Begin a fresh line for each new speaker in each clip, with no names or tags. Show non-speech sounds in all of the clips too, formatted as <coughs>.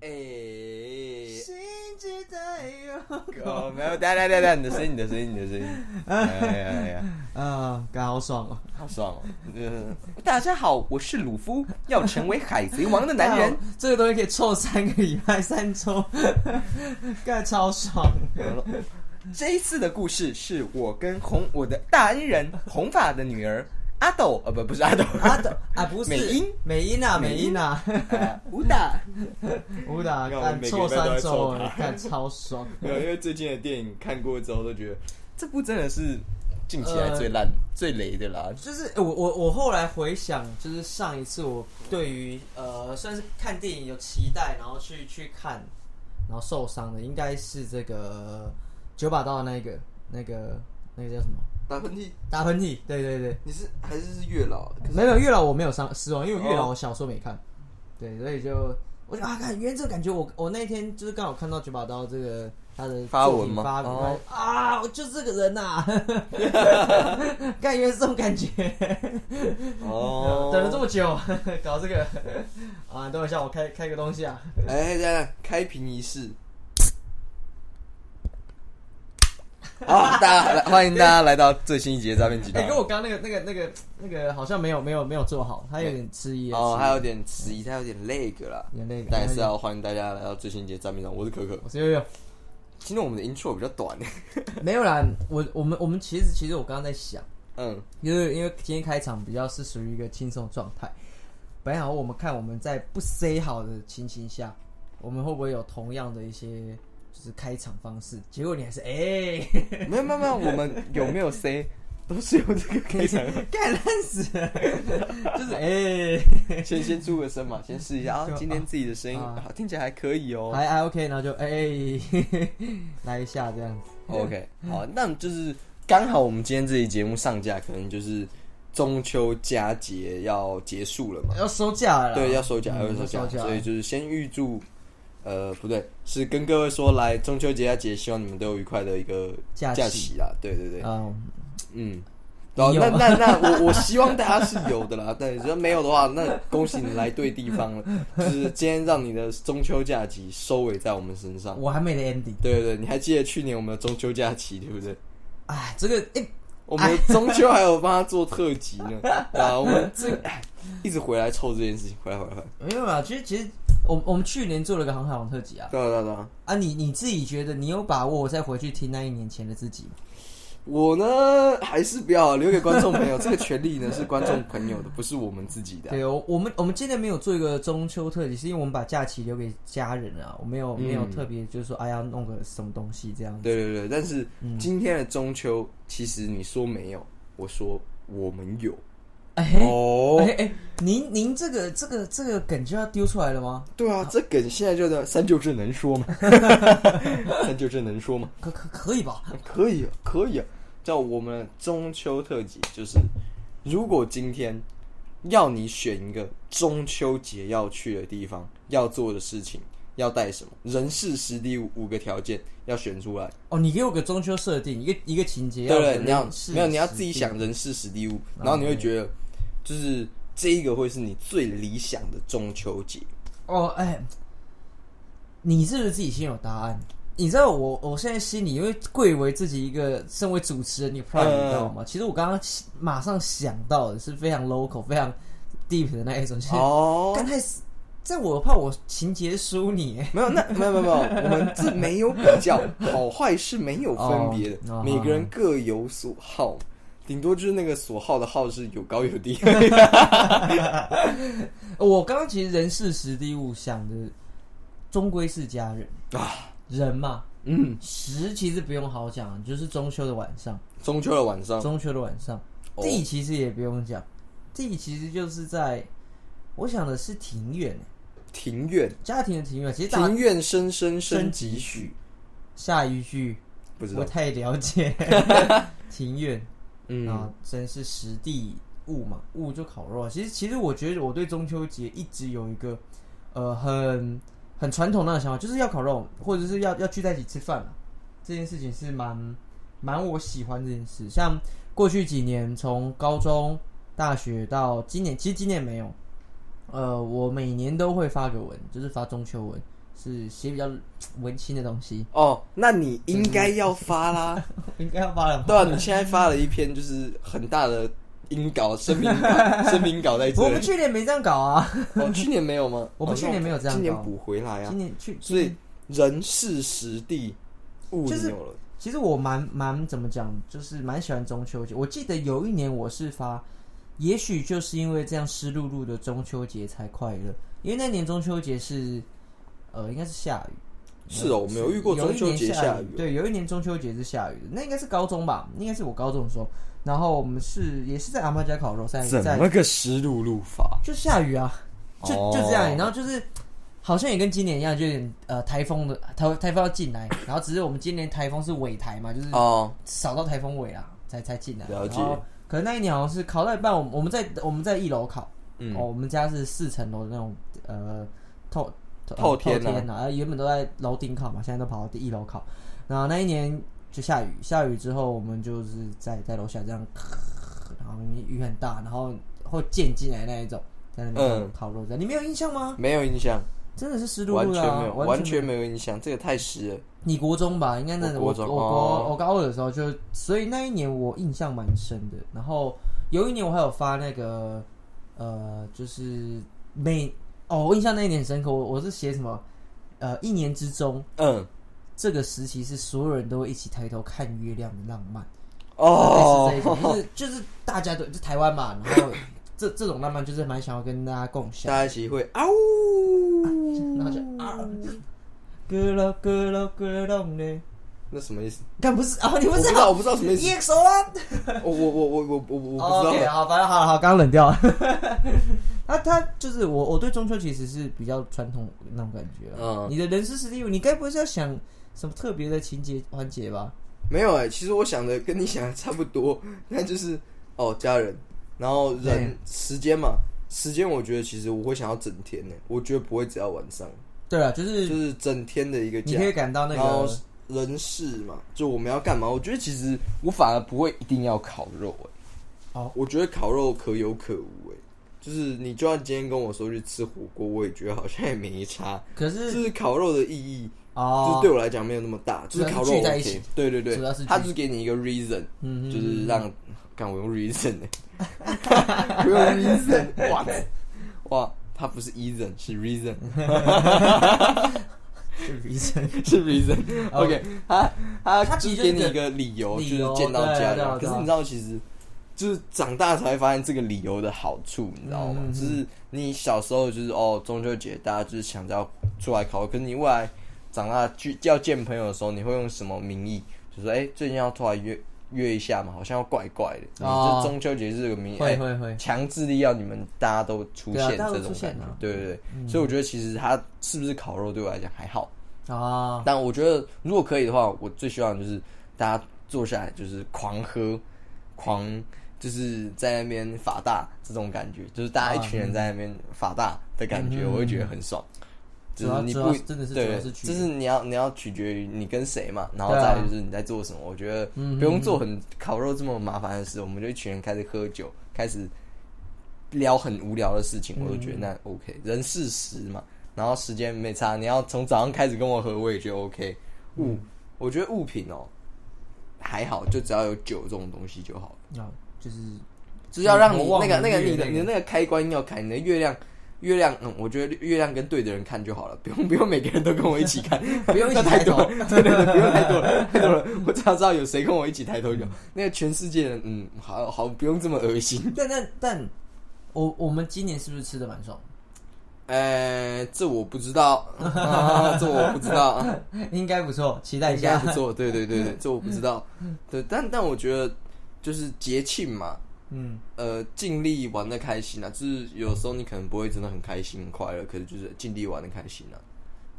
哎、
谁知道有
哦，没有，等下等下等下，你的声音，你的声音，你的声音，哎呀哎呀，
啊，感好爽哦！
好爽哦！呃大家好，我是鲁夫，要成为海贼王的男人。
哎呦这个东西可以凑三个礼拜、三周， <laughs> 干超爽！
这一次的故事是我跟红我的大恩人红发的女儿阿斗，呃不不是阿斗，
啊的啊，不是
美音，
美音啊，美
美音
音啊，
呃武打。
武打
看我
干
们每个
凑
礼拜都
三
在
周
凑它，
干超爽！
没有，因为最近的电影看过之后都觉得，
这部真的是近期来最烂、最雷的啦。
就是我我我后来回想，就是上一次我对于呃算是看电影有期待，然后去去看，然后受伤的应该是这个九把刀的那个那个那个叫什么
打喷嚏，
打喷嚏？对对对，
你是还是是月老？
没有月老我没有伤失望，因为月老
哦
我小时候没看，对，所以就我就啊，看原来这个感觉我我那天就是刚好看到九把刀这个他的
发
作
文
品
吗
发文
哦
啊，我就这个人呐、
<laughs>
看原来是这种感觉，
哦
<laughs> 等了这么久搞这个啊，等我一下我开开个东西啊，
哎，等等，开屏仪式，
好，大家来欢迎大家来到最新一集的诈骗集
哎、
团。哦
跟我刚刚那个那个那个那个好像没有没有没有做好，他有点迟疑
哦，
还
他有点迟疑，他有点 lag 啦。
嗯有点那个，
但是要欢迎大家来到最新一集的诈骗集团，我是可可。
我是悠悠。
今天我们的 intro 比较短， <laughs>
没有啦，我我们我们其实其实我刚刚在想。
嗯，
因为因为今天开场比较是属于一个轻松状态，本来好我们看我们在不 say 好的情形下，我们会不会有同样的一些就是开场方式？结果你还是哎， <laughs>
没有没有没有，我们有没有 say 都是用这个开场，
干烂死了，就是
<laughs>
哎、
先先出个声嘛，先试一下啊
就，
今天自己的声音
啊
好听起来还可以哦。
还还 OK，然后就哎、 <laughs> 来一下这样子，
OK，好，那就是刚好我们今天这期节目上架，可能就是中秋佳节要结束了嘛，
要收假了啦，
对，要收假，
嗯
要收假，
了
所以就是先预祝，呃，不对，是跟各位说来中秋节佳节，希望你们都有愉快的一个
假期
假期啊啦，对对对，
嗯，
嗯。然后
你有
那那那我我希望大家是有的啦，但如果没有的话，那恭喜你来对地方了。 <laughs> 就是今天让你的中秋假期收尾在我们身上。
我还没得 ending，
对对对，你还记得去年我们的中秋假期对不对？
哎，这个哎、
我们中秋还有帮他做特辑呢， <laughs> 啊，我们这哎一直回来凑这件事情，回来回来回来，
没有啦，其实其实我我们去年做了个航海王特辑啊，
对啊对啊对啊，
啊你，你自己觉得你有把握再回去听那一年前的自己吗？
我呢还是不要留给观众朋友，这个权利呢是观众朋友的，不是我们自己的啊。
对，我我们我们今天没有做一个中秋特辑，是因为我们把假期留给家人啊，我没有、
嗯
没有特别就是说哎呀弄个什么东西这样子。
对对对，但是
嗯
今天的中秋，其实你说没有，我说我们有
哎、
哦
哎、哎，您您这个这个这个梗就要丢出来了吗？
对啊，这梗现在就在三舅这能说吗？三舅这能说吗？
可可可以吧？
哎可以，可以。叫我们中秋特辑，就是如果今天要你选一个中秋节要去的地方、要做的事情、要带什么，人事实地五五个条件要选出来，
哦，你给我个中秋设定，一个一个情节，
对不对？
有
你要
人事
没有，你要自
时
己
地哦
想人事实地物，然后你会觉得，就是这一个会是你最理想的中秋节。
哦，哎，你是不是自己心有答案？你知道我，我现在心里因为贵为自己一个身为主持人的 pride，、
嗯
你知道吗？其实我刚刚马上想到的是非常 local、非常 deep 的那一种， <laughs> 就是
哦
刚开始，在我怕我情节输你，哎
没有，
<laughs>
那没有没有没有，我们这没有比较，好坏是没有分别的，
哦
每个人各有所好，顶多就是那个所好的好是有高有低。
嗯我刚刚其实人事时地物想的，终归是家人啊，人嘛，
嗯，
时其实不用好讲，就是中秋的晚上。
中秋的晚上，
中秋的晚上，
嗯哦
地其实也不用讲，地其实就是在，我想的是庭院，欸
庭院，
家庭的庭院。其实大
庭院深深深
深
几
几
许？
下一句
不知
我
道，
太了
<laughs>
解，庭院
嗯，
啊，真是实地物嘛，物就烤肉啊。其实其实我觉得我对中秋节一直有一个呃很很传统那种想法，就是要烤肉，或者是要要聚在一起吃饭啊。这件事情是蛮蛮我喜欢这件事。像过去几年，从高中、大学到今年，其实今年没有。呃，我每年都会发个文，就是发中秋文，是写比较文青的东
<laughs>
西，
哦，那你应该要发
<laughs>
啦，
应该要发了吧。
对啊，你现在发了一篇就是很大的音稿声明稿，声明稿在这
我们
里。
去年没这样搞啊，
哦，去年没有吗？
我们
哦
去年没有这样
今年
搞
补回来啊
今。年去，
所以人事实地物
嗯就是
有了，
其实我蛮蛮怎么讲，就是蛮喜欢中秋节。我记得有一年我是发，也许就是因为这样湿漉漉的中秋节才快乐，因为那年中秋节是，呃，应该是下雨。
是哦，我们有遇过中秋
有一
节
年
下
雨
雨，，啊
对，有一年中秋节是下雨的，那应该是高中吧，应该是我高中的时候。然后我们是也是在阿妈家烤肉，在在
个湿漉漉法？
就下雨啊，就
哦
就这样、然后就是好像也跟今年一样，就有点呃台风的台台风要进来，然后只是我们今年台风是尾台嘛，就是
哦，
扫到台风尾啦，才才进来。
了解
然后可能那一年好像是烤到一半，我们我们在我们在一楼烤，
嗯
哦，我们家是四层楼的那种呃透透
透天
天
啊
啊，呃原本都在楼顶烤嘛，现在都跑到第一楼烤。然后那一年就下雨，下雨之后我们就是在在楼下这样，然后明明雨很大，然后会溅进来那一种，在那边
嗯
烤肉这样。你没有印象吗？
没有印象，
真的是湿漉
完
漉
全
的啊、
没有，
完
完全没有印象，这个太湿了。
你国中吧，应该那
我
我
国中
我
哦
国我高二的时候就，所以那一年我印象蛮深的。然后有一年我还有发那个呃，就是每哦，我印象那一年很深刻，我我是写什么呃，一年之中
嗯，
这个时期是所有人都会一起抬头看月亮的浪漫
哦
类，似这一种就是就是大家都就台湾嘛，然后这这种浪漫就是蛮想要跟大家共享
大，家一起会啊呜，
然后就啊，咯咯咯咯咯隆嘞，
那什么意思？
但不是啊，你不
我不
是
知道，我不知道什么意思，
EXO 啊。
我我我我我我我不
OK，
知道。
好，反正好了好，刚刚
<laughs>
冷掉了。他他就是我，我对中秋其实是比较传统那种感觉
嗯
啊。你的人事实地，你该不会是要想什么特别的情节环节吧？
没有哎、其实我想的跟你想的差不多， <laughs> 那就是哦家人，然后人
对
时间嘛，时间我觉得其实我会想要整天呢、我觉得不会只要晚上，
对了，就
就是是整天的一个
嗯你
假
可。以感到那
然后
个，
人事嘛，就我们要干嘛？我觉得其实我反而不会一定要烤肉哎、
哦
我觉得烤肉可有可无哎、就是你就算今天跟我说去吃火锅，我也觉得好像也没差。
可
就是是烤肉的意义，就是
哦，啊
对我来讲没有那么大，就是烤肉
主要是聚在一起
OK，对对对
主要是，聚
他就是给你一个 reason，
嗯嗯
就是让，干我用 reason 欸
<laughs>
哎，我用 <laughs> reason，哇哇，他不是 reason 是 reason，
是医生，
<laughs> 是 reason。OK，他他
他
就
其
是给
实就是
你一个理由，就
理
是
由
见到家人。可
对啊对啊对啊
是你知道，其实就是长大才会发现这个理由的好处，你知道吗？
嗯嗯嗯
就是你小时候就是哦，中秋节大家就是想着要出来烤肉，可是你未来长大去要见朋友的时候，你会用什么名义？就说哎、最近要出来约约一下嘛，好像要怪怪的。你
哦
这中秋节是这个名义，哎
会会会，
强制力要你们大家都出
对啊
现
大家
这
都
种
出现
感觉
啊，
对对对。所以我觉得其实它是不是烤肉对我来讲还好。
啊，
但我觉得如果可以的话，我最希望就是大家坐下来就是狂喝，狂就是在那边法大这种感觉，就是大家一群人在那边法大的感觉，
嗯
我会觉得很爽。就
主要
是你
主要
不
是真的是主
对
要，是取
就是你要你要取决于你跟谁嘛，然后
对啊
再来就是你在做什么。我觉得
嗯
不用做很烤肉这么麻烦的事，我们就一群人开始喝酒，开始聊很无聊的事情，我就
嗯
觉得那 OK，人事时嘛，然后时间没差，你要从早上开始跟我喝，我也觉得 OK。物，
嗯
我觉得物品哦还好，就只要有酒这种东西就好了，
啊，就是
就是要让你
我忘
那
了
个那个
月
你的
那个
你的那个开关要开，你的月亮。月亮，嗯，我觉得月亮跟对的人看就好了，不用不用每个人都跟我一起
<laughs>
看，
不用一起
那太
抬
多
头
了， <laughs> 对对对，不用太多了，太多了。我只要知道有谁跟我一起抬头就好那个全世界人，嗯，好好不用这么恶心。
但但但我我们今年是不是吃的蛮爽？
呃，这我不知道，啊、这我不知道，
应该不错，期待一
应该
下
不。错。对对对对，这我不知道。对，但但我觉得就是节庆嘛，
嗯，
呃，尽力玩的开心啊。就是有时候你可能不会真的很开心、很快乐，可是就是尽力玩的开心啊。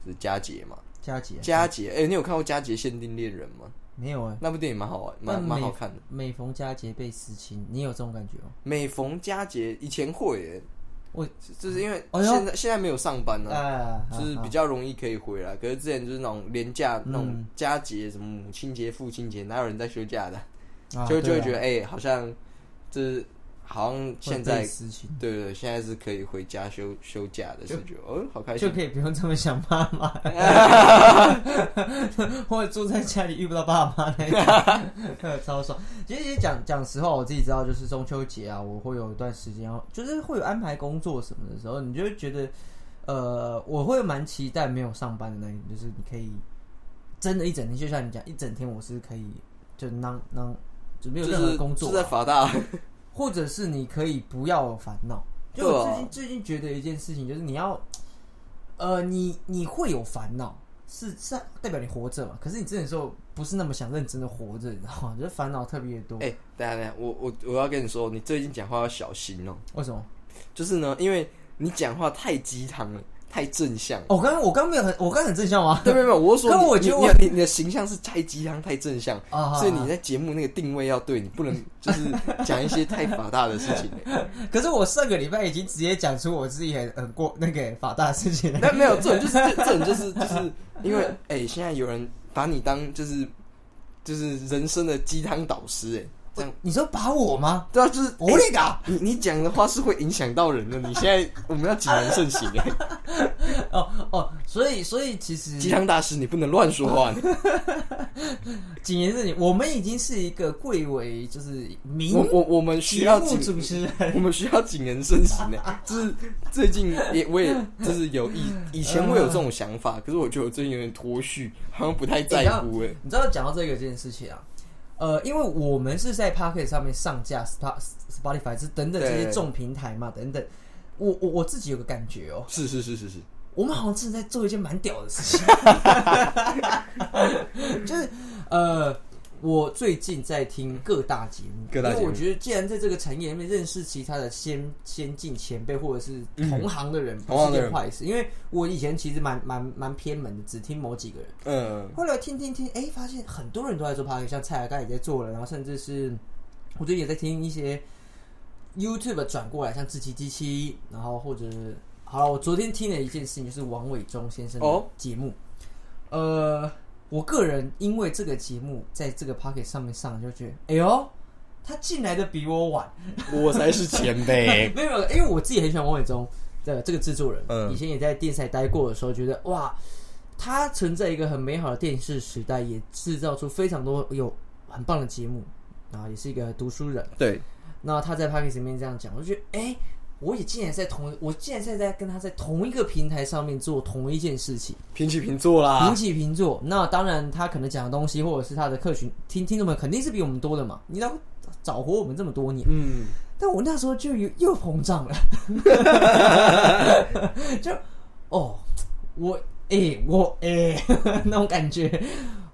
就是佳节嘛，
佳节
佳节。哎、你有看过《佳节限定恋人》吗？
没有哎、
那部电影蛮好玩，蛮
但
蛮
每
好看的。
每逢佳节倍思亲，你有这种感觉吗？
每逢佳节，以前会耶，
我
就是因为
哎呦
现在、现在没有上班呢、
啊
就是比
较
较容易可以回来。可是之前就是那种廉价、
嗯
那种佳节，什么母
啊
亲节、父亲节，哪有人在休假的？就就会觉得哎、好像就是好像
会
现
被
在
私情，
对对，现在是可以回家休休假的，
就是
觉得哦，好开
就
心。
可以不用这么想
<laughs>
爸妈，或者住在家里遇不到爸妈那种， <laughs> 超爽。其实其实讲讲实话，我自己知道，就是中秋节啊，我会有一段时间要，就是会有安排工作什么的时候，你就会觉得，呃，我会蛮期待没有上班的那一天，就是你可以真的一整天，就像你讲，一整天我是可以就当当就没有任何工作啊、
就是在法大，
或者是你可以不要有烦恼。就
对
我
啊
最近、最近觉得一件事情，就是你要，呃，你你会有烦恼，是是代表你活着嘛？可是你真的时候不是那么想认真的活着，你知道吗？就是烦恼特别多。
<laughs> 哎、等一下等一下，我我我要跟你说，你最近讲话要小心哦。
为什么？
就是呢，因为你讲话太鸡汤了，太正向了。
哦，刚刚我刚没有很，我刚很正向啊吗？
对，没有没有，我是说
可
你，
我
你
觉得
你
我
你你的形象是太鸡汤、太正向，
啊好
所以你在节目那个定位要对，你不能就是讲一些太法大的事
<laughs>
情。
可是我上个礼拜已经直接讲出我自己很很过那个法大的事情了。
<laughs> 那没有，这种就是这种就是就是因为哎、现在有人把你当就是就是人生的鸡汤导师哎、这样
你说把我吗？
对啊，就是
我勒个！
你你讲的话是会影响到人的。你现在我们要谨言慎行哎、
哦哦，所以所以其实
<laughs> 鸡汤大师你不能乱说 <laughs> 话，
谨言慎行，我们已经是一个贵为就是名
我我我们需要
节
谨
目主持人。 <laughs>
我们需要谨言慎行呢，就是最近也我也就是有 <laughs> 以以前我有这种想法，可是我觉得我最近有点脱序，好像不太在乎哎。
你知道讲到这个这件事情啊，呃，因为我们是在 Pocket 上面上架 Spa- Spotify 是等等这些
对
重平台嘛，等等。我我我自己有个感觉哦，
是是是是是，
我们好像真的在做一件蛮屌的事情， <laughs> 就是呃，我最近在听各大节目，
各大节目
因为我觉得既然在这个产业里面认识其他的先先进前辈或者是同行的人，不
嗯同行
是一
的
件
人
坏事，因为我以前其实蛮蛮蛮偏门的，只听某几个人。
嗯，
后来听听听，哎、发现很多人都在做 p o d c a s 像蔡雅刚也在做了，然后甚至是我最近也在听一些 YouTube 转过来，像志奇机器，然后或者好了，我昨天听了一件事情，就是王伟忠先生的
哦
节目。呃，我个人因为这个节目在这个 p o c k e t 上面上，就觉得，哎呦，他进来的比我晚，。
我才是前辈
没有，没有因为我自己很喜欢王伟忠的这个制作人，
哎嗯
以前也在电视台待过的时候，觉得哇，他存在一个很美好的电视时代，也制造出非常多有很棒的节目，然后也是一个读书人。
<laughs> 对，
那他在 p a c k a g e 里面这样讲，我就觉得哎、诶我也竟然在同我竟然在在跟他在同一个平台上面做同一件事情，
平起平坐啦
平。起平坐。那当然，他可能讲的东西或者是他的客群听听众们肯定是比我们多的嘛，你知道找活我们这么多年。
嗯，
但我那时候就有又膨胀了， <laughs> 就哦，我诶，我诶，那种感觉，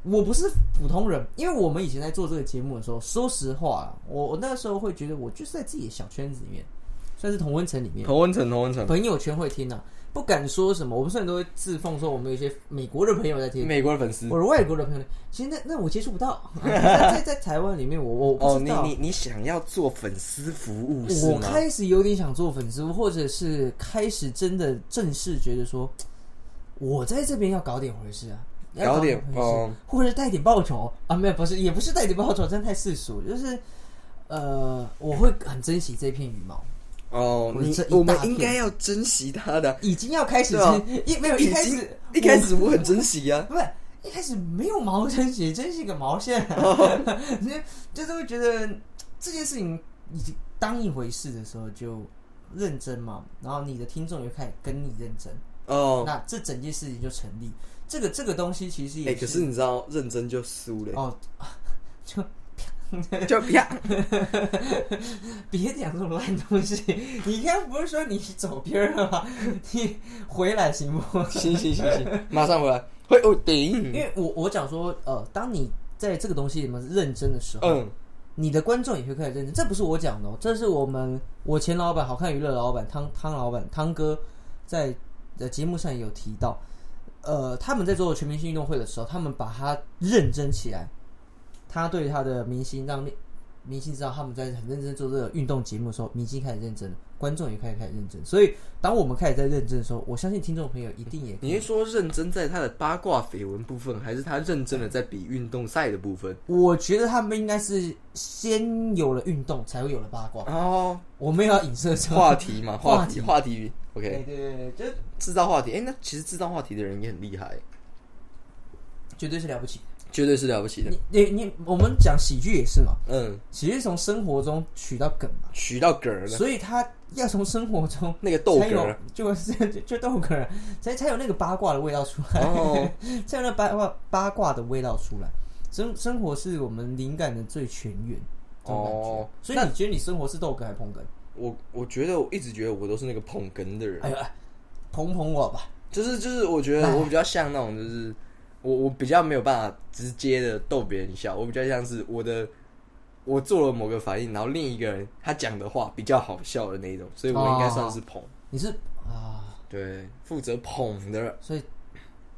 我不是普通人，因为我们以前在做这个节目的时候，说实话啊，我我那时候会觉得我就是在自己的小圈子里面，算是同温层里面，
同温层，同温层。
朋友圈会听啊，不敢说什么，我们虽然都会自奉说我们有一些美国的朋友在听。
美国的粉丝
我的外国的朋友，其实那那我接触不
<laughs>
到， <laughs> 啊在在在台湾里面我我不
哦，
知
你
道。
你你想要做粉丝服务是
我
吗？
开始有点想做粉丝，或者是开始真的正式觉得说，我在这边要搞点回事啊，要
搞点
回事，
嗯
或者带点报酬啊，没有，不是，也不是带点报酬，真的太世俗，就是呃，我会很珍惜这片羽毛，
哦，
我
你
这一大
我们
片
应该要珍惜他的。
已经要开始
对啊
珍，一没有 <laughs> 一
已
开
经
始
一开始我很珍惜啊呀。
不是一开始没有毛真鞋，真是个毛线、
哦
你 <laughs> 就是会觉得这件事情已经当一回事的时候就认真嘛，然后你的听众也开始跟你认真，
哦，
那这整件事情就成立。这个这个东西其实
哎，
也
可是你知道，认真就输了，
哦，
就呀，
别讲这种烂东西。你刚刚不是说你走边儿了吗？ <laughs> 你回来行不？
<laughs> 行行行行，马上回来。会哦，
因
顶，
为我我讲说，呃，当你在这个东西里面认真的时候，
嗯，
你的观众也会开始认真。这不是我讲的、哦，这是我们我前老板好看娱乐老板汤汤老板汤哥在呃节目上也有提到，呃，他们在做全明星运动会的时候，他们把他认真起来，他对他的明星让明明星知道他们在很认真做这个运动节目的时候，明星开始认真了，观众也开始开始认真。所以当我们开始在认真的时候，我相信听众朋友一定也
你是说认真在他的八卦绯闻部分，还是他认真的在比运动赛的部分？
我觉得他们应该是先有了运动，才会有了八卦。
哦，
我们要影射什么？
话题
<laughs>
嘛，话题，话题
对
，OK，
对对对，就是
制造话题。哎、那其实制造话题的人也很厉害，
绝对是了不起。
绝对是了不起的。
你你你，我们讲喜剧也是嘛，
嗯，
其实从生活中取到梗嘛，
取到梗儿了，
所以他要从生活中
那个逗
才
梗
有
儿。，
就是 <laughs> 就就逗梗儿，才才有那个八卦的味道出来，
哦，
<laughs> 才有那八卦八卦的味道出来。生生活是我们灵感的最泉源，这种感觉。
哦
所以你觉得你生活是逗哏还是捧哏？
我我觉得我一直觉得我都是那个捧哏的人，
哎呀，捧捧我吧。
就是就是，我觉得我比较像那种，就是我我比较没有办法直接的逗别人笑，我比较像是我的我做了某个反应，然后另一个人他讲的话比较好笑的那一种，所以我应该算
哦
是捧，
你是啊，
对，负责捧的人
所以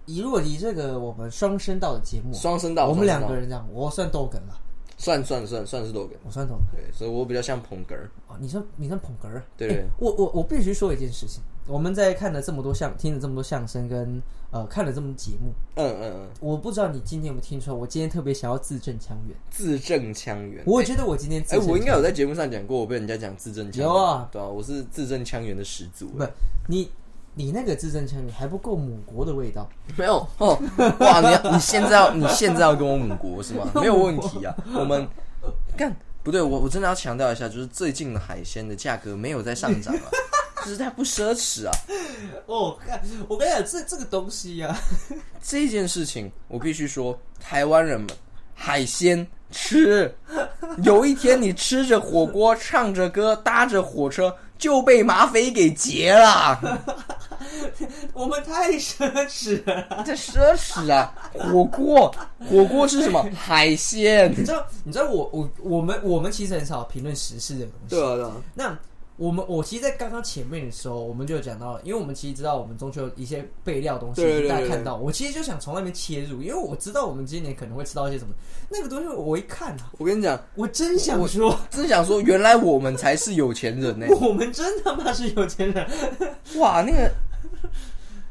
以若以这个我们双声道的节目，啊
双声道，
我们两
双声道
个人这样，我算逗哏了，
算算算算是逗哏，
我算逗哏。
对，所以我比较像捧哏儿，
哦，你算你算捧哏儿？
对
哎我我我必须说一件事情，我们在看了这么多相，听了这么多相声跟，呃看了这么多节目，
嗯嗯嗯，
我不知道你今天有没有听出来，我今天特别想要字正腔圆。
字正腔圆。
我觉得我今天字
哎、
正
我应该有在节目上讲过，我被人家讲字正腔圆，
有啊，
对啊，我是字正腔圆的始祖，
不，你你那个字正腔圆还不够母国的味道。
没有哦，哇！你要你现在要你现在要跟我母国是吗？没有问题啊， <laughs> 我们干不对，我我真的要强调一下，就是最近的海鲜的价格没有在上涨啊，就是它不奢侈啊。
<laughs> 哦，看我跟你讲，这这个东西呀、 <laughs>
这件事情我必须说，台湾人们海鲜吃，有一天你吃着火锅，唱着歌，搭着火车就被马匪给劫了，
我们太奢侈了。
这奢侈啊！火锅火锅是什么？海鲜。
你知道，你知道我我我们我们其实很少评论时事的东西。
对啊对啊，
那我们我其实，在刚刚前面的时候，我们就有讲到，因为我们其实知道我们中秋一些备料东西，
对对对
大家
对
看到，我其实就想从那边切入，因为我知道我们今年可能会吃到一些什么那个东西，我一看啊，
我跟你讲，
我真想说，
真想说，原来我们才是有钱人呢、欸
我们真他妈是有钱人，
<laughs>
<laughs>
哇，那个，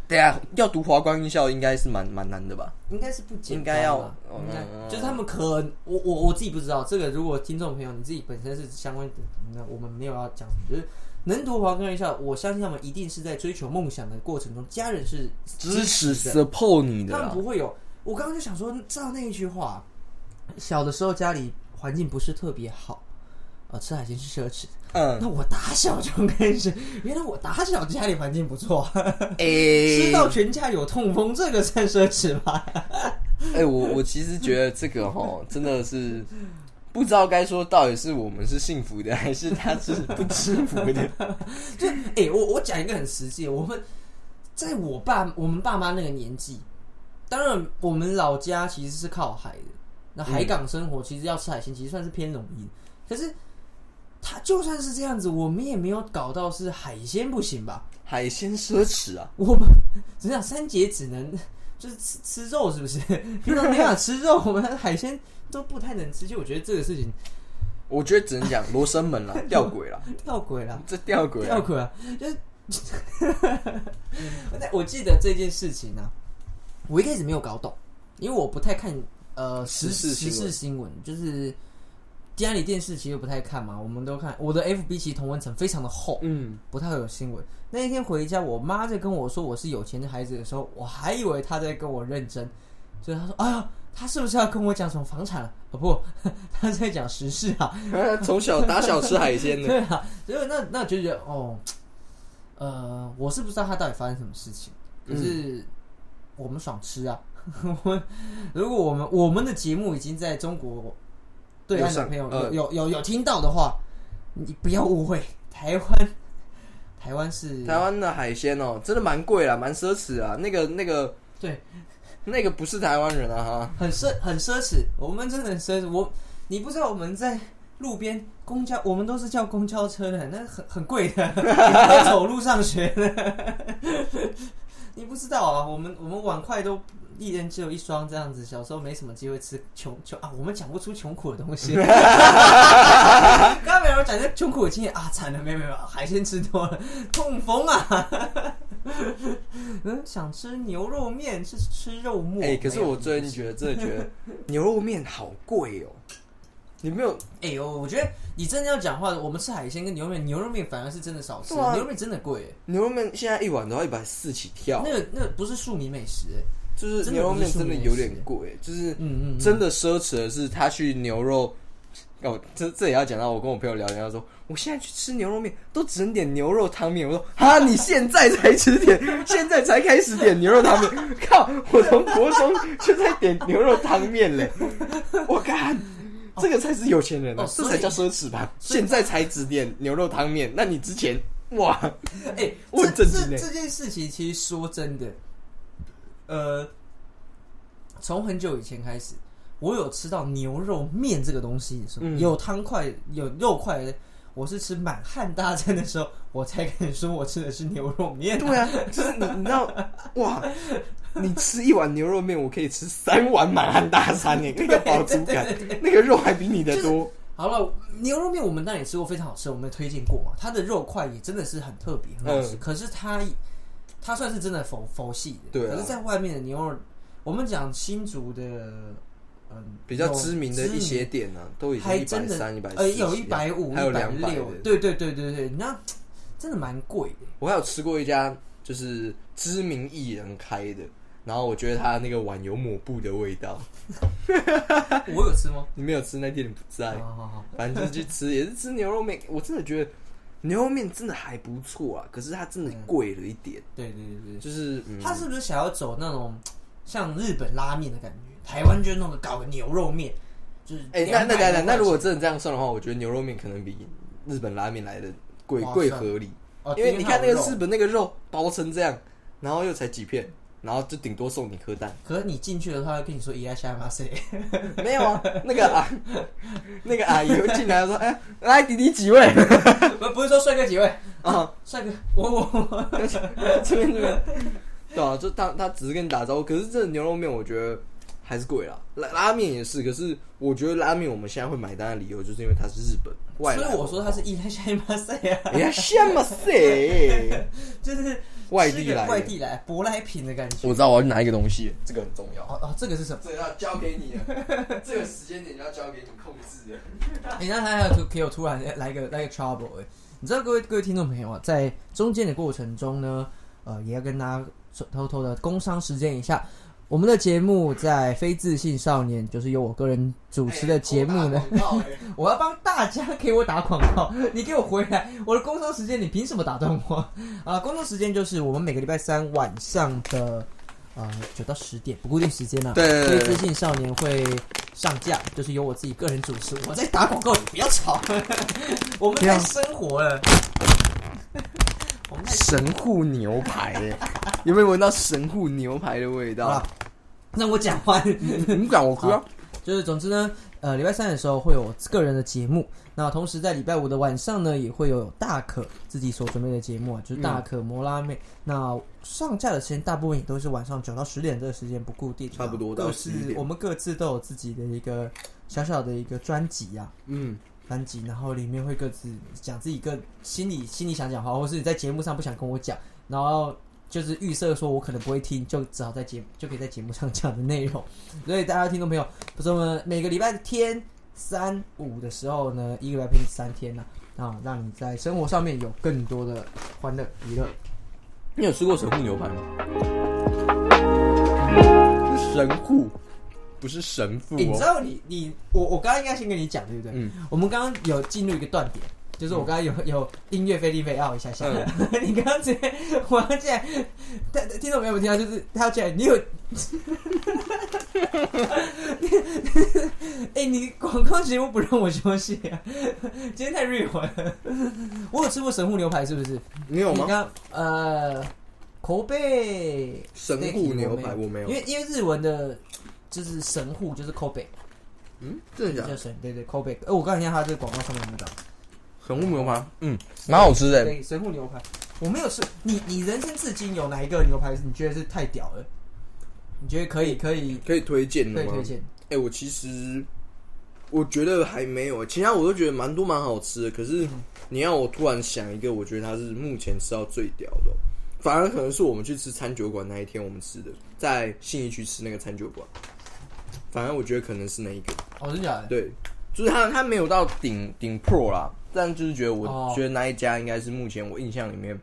对啊，要读华冈艺校应该是蛮蛮难的吧？
应该是不简单吧啊
应该要
应该、
嗯
就是他们可我我我自己不知道这个，如果听众朋友你自己本身是相关的，那我们没有要讲什么，就是。能读华冈艺校，我相信他们一定是在追求梦想的过程中，家人是
支持
的。
support 你的
他们
啦
不，会有。我刚刚就想说，照那一句话，小的时候家里环境不是特别好，呃，吃海鲜是奢侈的。
嗯，
那我打小就开始，原来我打小家里环境不错，啊吃
哎诶、
到全家有痛风，这个算奢侈吧？
哎、我我其实觉得这个 <laughs> 哈，真的是不知道该说到底是我们是幸福的，还是他是不幸福的。 <laughs>
就哎、我我讲一个很实际的，我们在我爸我们爸妈那个年纪，当然我们老家其实是靠海的，那海港生活其实要吃海鲜，其实算是偏容易的。可是他就算是这样子，我们也没有搞到是海鲜不行吧？
海鲜奢侈啊，
我们只想三节只能就是吃吃肉，是不是？ <laughs> 平常没办法吃肉，我们海鲜都不太能吃。就我觉得这个事情
我觉得只能讲罗生门啦，吊诡啦，
吊诡啦，
这吊诡
吊
啦，
诡啊，就是 <laughs> 那我记得这件事情呢、我一开始没有搞懂，因为我不太看呃时
时事
时
新闻
事新闻，就是家里电视其实不太看嘛，我们都看我的 FB 其实同文层非常的厚，
嗯， <laughs>
不太会有新闻。那一天回家，我妈在跟我说我是有钱的孩子的时候，我还以为她在跟我认真，所以她说：“哎呀，她是不是要跟我讲什么房产啊？哦不， <laughs> 她在讲时事啊。”
从小打小吃海鲜的，
对啊，所以那那就觉得哦，呃，我是不知道他到底发生什么事情，
嗯
可是我们爽吃啊！ <laughs> 我们如果我们我们的节目已经在中国对岸
有
的
上
朋友有、
呃
有有有听到的话，你不要误会，台湾台湾是
台湾的海鲜哦，真的蛮贵啦，蛮奢侈啊，那个那个。
对
那个不是台湾人啊哈，
很奢很奢侈，我们真的很奢侈。我你不知道我们在路边公交，我们都是叫公交车的，那很很贵的，要走路上学的。你不知道啊，我们我们碗筷都一人只有一双这样子，小 <laughs> 时候没什么机会吃穷穷啊，我们讲不出穷苦的东西。刚刚没然后讲一个穷苦的经验啊，惨了，没有没有，海鲜吃多了，痛风啊。嗯，想吃牛肉面是吃肉末。
哎、可是
没有
我最近觉得，真的觉得牛肉面好贵哦。你没有
哎呦，我觉得你真的要讲话，我们吃海鲜跟牛肉面，牛肉面反而是真的少吃，
对啊
牛肉面真的贵、
牛肉面现在一碗都要一百四起跳
那，个那个不是庶民美食、哎
就是
真的
牛肉面
不是
真的
素
有
面
点贵，就是
嗯嗯嗯
真的奢侈的是他去牛肉。哦，这这也要讲到我跟我朋友聊天，他说我现在去吃牛肉面都只能点牛肉汤面。我说啊，你现在才吃点，现在才开始点牛肉汤面，靠！我从国中就在点牛肉汤面嘞，我干，这个才是有钱人啊，
哦
这
所以
才叫奢侈吧？
所以
现在才只点牛肉汤面，那你之前哇，
哎、
我很
这
震惊
这
哎
这件事情其实说真的，呃，从很久以前开始，我有吃到牛肉面这个东西的时候，
嗯
有汤块有肉块的，我是吃满汉大餐的时候，我才敢说我吃的是牛肉面、
对啊，就是你，你知道，哇，你吃一碗牛肉面，我可以吃三碗满汉大餐
<laughs>
耶，那个饱足感，那个肉还比你的多。
好了，牛肉面我们当然也吃过，非常好吃，我们也推荐过嘛。它的肉块也真的是很特别，很好吃。
嗯
可是它它算是真的佛佛系的，
对啊
可是，在外面的牛肉，我们讲新竹的，嗯，
比较
有
知名的一些店呢、啊，都已经
还
一百
真的
三、一百
呃
四，
有一百五、
还有
一百
两百
六，
的。
对对对对对，那真的蛮贵的。
我还有吃过一家就是知名艺人开的，然后我觉得他那个碗有抹布的味道。哎
我有吃吗？
你没有吃那天你不在，
好好好，
反正就是去吃，也是吃牛肉面。我真的觉得牛肉面真的还不错啊，可是它
嗯
真的贵了一点，
对对对对，
就是嗯，
他是不是想要走那种像日本拉面的感觉？台湾就弄个搞个牛肉面，就是
哎、那那
200多
那那那
块
如果真的这样算的话，我觉得牛肉面可能比日本拉面来的贵
划算
贵合理，
哦
因为你看那个
肉
日本那个肉包成这样，然后又才几片，然后就顶多送你颗蛋，
可是你进去的话，会跟你说伊拉夏马塞，
没有啊？ <laughs> 那个啊，那个阿姨会进来说，哎、来弟弟几位
<laughs>
<laughs>
不不是说帅哥几位，
啊？
帅哥我我我，
这边这边，对啊，就他他只是跟你打招呼，可是这牛肉面我觉得。还是贵啦，拉拉面也是，可是我觉得拉面我们现在会买单的理由，就是因为它是日本外来
所
文
以
化。
我说他是伊拉夏马塞啊，
哎呀，什么
<laughs>
谁？
就是
外地
吃
来
个
的
外地来舶来品的感觉。
我知道我要拿一个东西，这个很重要。
哦哦，这个是什么？
这要交给
<laughs>
你了，这个时间点要交给你控制了。
你哎那还有给我突然哎来一个来一个 trouble 哎、你知道各位各位听众朋友啊，在中间的过程中呢，呃，也要跟大家偷偷的工商时间一下，我们的节目在非自信少年，就是 <laughs> 由我个人主持的节目呢。
哎，我打广告哎
我要帮大家给我打广告， <laughs> 你给我回来！我的工作时间你凭什么打断我？ <laughs> 啊，工作时间就是我们每个礼拜三晚上的呃九到十点，不固定时间啦、啊。
对对对
非自信少年会上架，就是由我自己个人主持。我在打广告，你不要吵。 <laughs> 我们
这样
在生活了，我们在
神户牛排耶，有没有闻到神户牛排的味
好
道
啦？让我讲完。
你们敢我哭啊？
就是总之呢，呃，礼拜三的时候会有个人的节目，那同时在礼拜五的晚上呢，也会有大可自己所准备的节目啊，就是大可摩拉妹。那上架的时间大部分也都是晚上九到十点这个时间不固定，
差不多到
各
11
自
点
我们各自都有自己的一个小小的一个专辑啊。
嗯，
专辑，然后里面会各自讲自己个心里心里想讲话，或是你在节目上不想跟我讲，然后就是预设说我可能不会听，就只好在节就可以在节目上讲的内容。所以大家听众朋友，不是我们每个礼拜天三五的时候呢，一个礼拜平均三天呐、啊，让你在生活上面有更多的欢乐娱乐。
你有吃过神户牛排吗？是神户，不是神父
诶你知
哦。
道你你我我刚刚应该先跟你讲对不对？
嗯，
我们刚刚有进入一个断点，就是我刚刚有有音乐菲利菲奥一下下，
嗯
<laughs> 你刚刚直接我要进来，但听众朋友们听到就是他要进来，你有， <laughs> 哎、你广告节目不让我休息啊，今天太 real 了。我有吃过神户牛排是不是？
你有
你
吗？
刚呃，口碑
神户牛排我没有
因为因为日文的就是神户就是口碑。
嗯，真的假
叫
的？
神对对，Kobe。哎，我刚才看他这个广告上面有没有打？
神户牛排，嗯，蛮好吃的。
对，神户牛排，我没有吃。你你人生至今有哪一个牛排是你觉得是太屌了？你觉得可以可以
可以推荐
可
的
以
吗？
推荐？
哎、我其实我觉得还没有，其他我都觉得蛮多蛮好吃的。可是
嗯
你让我突然想一个，我觉得它是目前吃到最屌的哦、反而可能是我们去吃餐酒馆那一天我们吃的，在信义区吃那个餐酒馆。反而我觉得可能是那一个，
哦，真假的？
对，就是它它没有到顶顶 Pro 啦，但就是觉得我、
哦
觉得那一家应该是目前我印象里面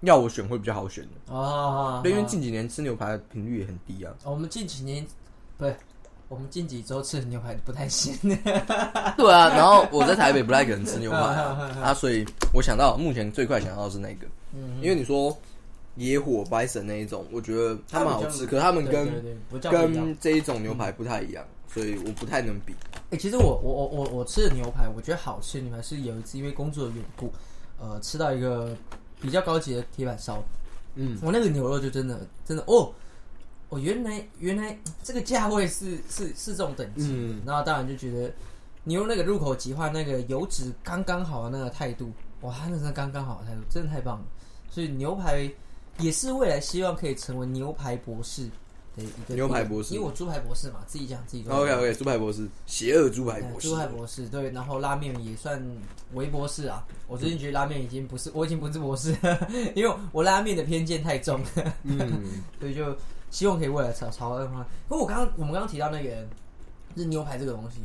要我选会比较好选的。
啊啊，
对，因为
啊
近几年吃牛排的频率也很低啊。
哦我们近几年，不对，我们近几周吃的牛排不太行。
<laughs> 对啊，然后我在台北不太可能吃牛排
<laughs>
啊，啊所以我想到目前最快想到的是那个，
嗯，
因为你说野火 bison 那一种，我觉得他们好吃，可他们
对对
跟
对不叫不一样
跟这一种牛排不太一样，所以我不太能比。
哎、其实我我我我我吃的牛排，我觉得好吃的牛排是有一次因为工作的缘故，呃，吃到一个比较高级的铁板烧，
嗯，
我那个牛肉就真的真的哦，哦，原来原来这个价位是是是这种等级的，
嗯
然后当然就觉得牛肉那个入口即化，那个油脂刚刚好的那个态度，哇，它那是刚刚好的态度，真的太棒了。所以牛排也是未来希望可以成为牛排博士的一个
牛排博士
因为我猪排博士嘛，自己讲自己说。
OK 嗯 OK，猪排博士，邪恶猪排
哎
博士
朱，海博士对，然后拉面也算微博士啊。我最近觉得拉面已经不是，我已经不是博士， <laughs> 因为我拉面的偏见太重，
嗯，
所以就希望可以未来朝朝二方。不过我刚刚我们刚刚提到那个就是牛排这个东西，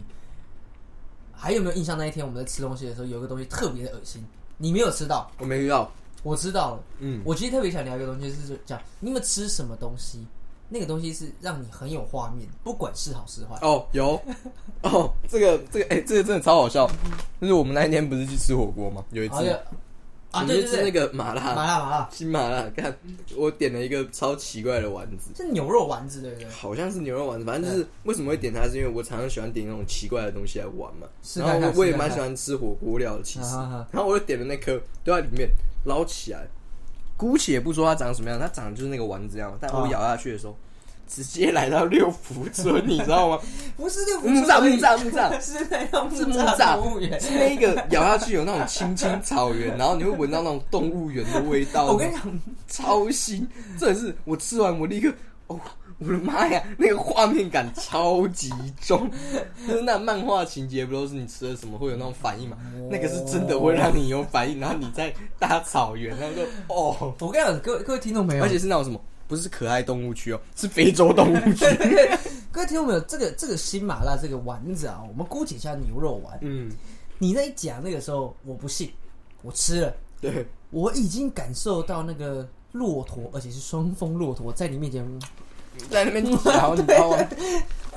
还有没有印象？那一天我们在吃东西的时候，有一个东西特别的恶心，你没有吃到，
我没遇
<laughs>
到，
我知道了。
嗯，
我其实特别想聊一个东西，就是讲你们吃什么东西，那个东西是让你很有画面，不管是好是坏。
哦有，哦这个这个哎、这个真的超好笑，就是我们那一天不是去吃火锅吗？有一次
好，有哦啊，
我们
对
去
对
吃
对，
那个啊麻辣
麻辣麻辣。
新麻辣，看我点了一个超奇怪的丸子，
是牛肉丸子，对不
<laughs>
对？
好像是牛肉丸子，反正就是为什么会点它，是因为我常常喜欢点那种奇怪的东西来玩嘛。
试
然
看看
后我我也
试看
蛮
看
喜欢吃火锅料的，其实
啊哈哈。
然后我就点了那颗，丢在里面捞起来，姑且不说它长什么样，它长得就是那个丸子样，但我
啊
咬下去的时候，直接来到六福村，你知 <laughs> 道吗？
不是六福
木栅木栅木栅，
<laughs> 是那个木
是木 <laughs>
栅服务员
栅，。是那个咬下去有那种青青草原，然后你会闻到那种动物园的味 <laughs> 道。
我跟你讲，
超新，这也是我吃完我立刻，哦，我的妈呀，那个画面感超级重，就是那漫画情节不都是你吃了什么会有那种反应嘛？那个是真的会让你有反应，然后你在大草原，然后就哦，
我跟你讲，各位各位听众朋友，
而且是那种什么，不是可爱动物区哦，是非洲动物 <laughs> 区。
各位听众朋友，这个这个新麻辣这个丸子啊，我们姑且叫牛肉丸。
嗯，
你在讲那个时候，我不信，我吃了，
对，
我已经感受到那个骆驼，而且是双峰骆驼在你面前，
在 <laughs> 那边嚼，你知道吗？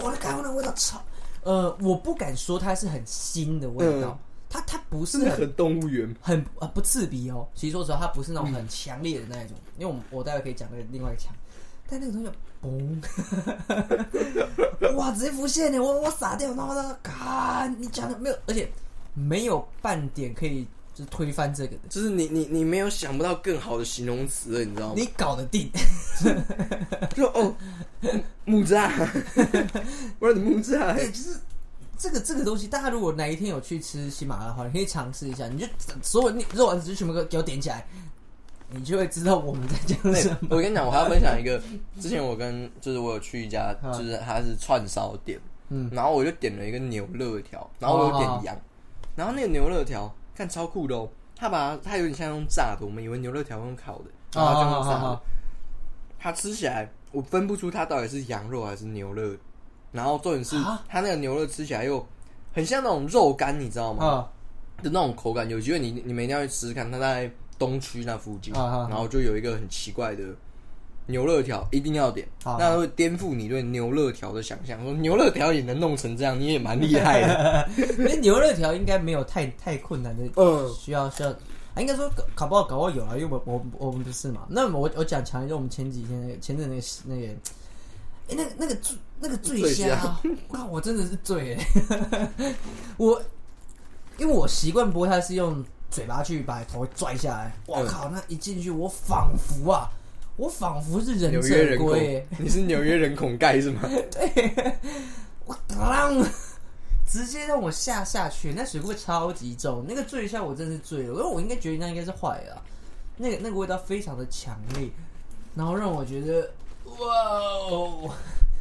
我的感觉那味道超，呃，我不敢说它是很腥的味道，
嗯
它它不是
真的
很
很动物园。
很啊不刺鼻哦。其实说实话，它不是那种很强烈的那一种，因为我们我待会可以讲那个另外一个强，但那个东西嘣， <laughs> 哇，直接浮现呢，我我傻掉，然后他嘎，你讲的没有，而且没有半点可以就是推翻这个的，
就是你你你没有想不到更好的形容词了，你知道吗
你？搞得定， <laughs>
就哦，木木 <laughs> 栅，我说你木栅，
对，就是。这个这个东西，大家如果哪一天有去吃喜马拉雅的话，你可以尝试一下，你就所有你肉丸子就全部给我点起来，你就会知道我们在讲什
<laughs>
么。
我跟你讲，我还要分享一个，之前我跟就是我有去一家，就是它是串烧店，
啊嗯，啊
然后我就点了一个牛肋条，然后我有点羊，然后那个牛肋条看超酷的哦，它把它它有点像用炸的，我们以为牛肋条用烤的，然
啊
后它就用炸的，它吃起来我分不出它到底是羊肉还是牛肋，然后重点是
啊
它那个牛肋吃起来又很像那种肉干，你知道吗？
啊
的那种口感，有机会你你们一定要去吃吃看，它在东区那附近，
啊啊啊
然后就有一个很奇怪的牛肋条，一定要点，
啊啊
那会颠覆你对牛肋条的想象，说牛肋条也能弄成这样，你也蛮厉害
<laughs>
的。
那牛肉条应该没有太太困难的，
嗯
需要需要，啊，应该说搞搞不好搞不好有啊，因为我我我们不是嘛。那我我讲强一点，我们前几天那个前阵那个那个，哎、那个那个醉那个醉
醉
虾
虾，
<laughs> 哇，我真的是醉、 <laughs> 欸，我因为我习惯剥，它是用嘴巴去把头拽下来，我
嗯
靠，那一进去我仿佛啊，我仿佛是忍
<laughs> 纽约
者
人孔
龟、欸，，
你是纽约人孔盖是吗？
我当， <laughs> 直接让我下下去，那水会超级重，那个醉一下我真是醉了，因为我应该觉得那应该是坏了啊，那个那个味道非常的强烈，然后让我觉得哇哦，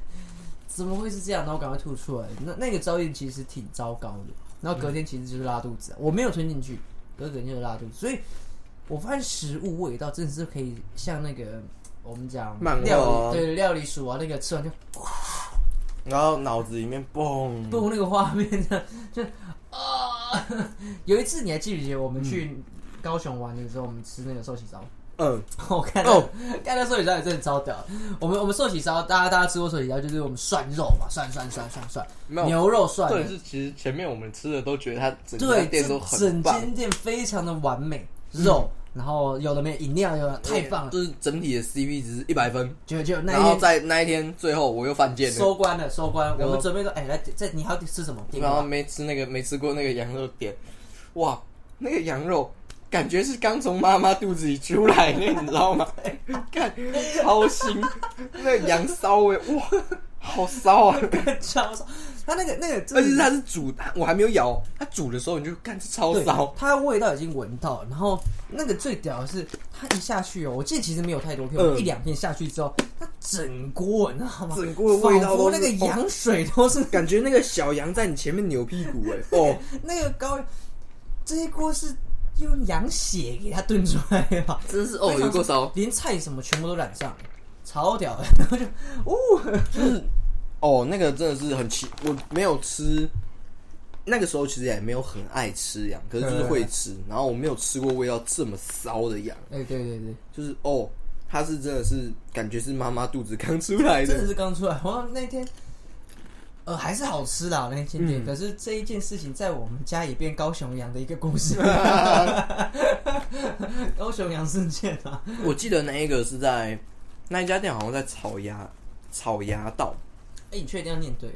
<laughs> 怎么会是这样？然后赶快吐出来。那那个照应其实挺糟糕的，然后隔天其实就是拉肚子，啊我没有吞进去，隔天就是拉肚子。所以我发现食物味道真的是可以像那个我们讲
漫画
料
啊
理对料理鼠啊，那个吃完就
<laughs> 然后脑子里面嘣，
动那个画面
<laughs>
的，就啊。 <laughs> 有一次你还记不记得我们去高雄玩的时候，我们吃那个寿喜烧？ <laughs>
嗯，
我看到、 <laughs> 看到寿喜烧也真的超屌。我们我们寿喜烧，大家大家吃过寿喜烧，就是我们涮肉嘛，涮涮涮涮涮，
没有
牛肉涮
重，点是，其实前面我们吃的都觉得它整家
对，
店
这
都
整
很棒，
间店非常的完美，肉，
嗯
然后有的没有饮料，有的太棒了，
就是整体的 CP 值一百分。
就就
然后
那一
在那一天最后我又犯贱
天
了，
收官了，收官，
然后
我们准备说，哎，来，这你还要吃什么？点
然后
吧
没吃那个没吃过那个羊肉点，哇，那个羊肉感觉是刚从妈妈肚子里出来的，你知道吗？ <laughs> 看超腥，那个羊骚味，哇，好骚
<laughs>
啊！
<laughs> 超骚，它那个那个真
而
的
且
是，
是它是煮，我还没有咬哦，它煮的时候你就干这超
对
骚，，
它的味道已经闻到了，然后那个最屌的是，它一下去哦，我记得其实没有太多片，
嗯
我一两片下去之后，它整锅你知道吗？
整锅的味道
仿佛
都哦
那
是
个羊水都是
感觉那个小羊在你前面扭屁股哎、哦，
那个高，这一锅是用羊血给它炖出来的吧？
真是哦，
非常
有够骚
连菜什么全部都染上了，超屌的。 <laughs> 然后就，哦，
<coughs> 哦，那个真的是很奇，我没有吃。那个时候其实也没有很爱吃羊，可是就是会吃。然后我没有吃过味道这么骚的羊，
哎、对对对，
就是哦，它是真的是感觉是妈妈肚子刚出来
真的
的，
是刚出来。然后那天，呃，还是好吃啦那间店、
嗯
可是这一件事情在我们家也变高雄羊的一个
<laughs>
故事，高雄羊事件啊。
我记得那一个是在那一家店好像在草衙草衙道，
哎、你确定要念对？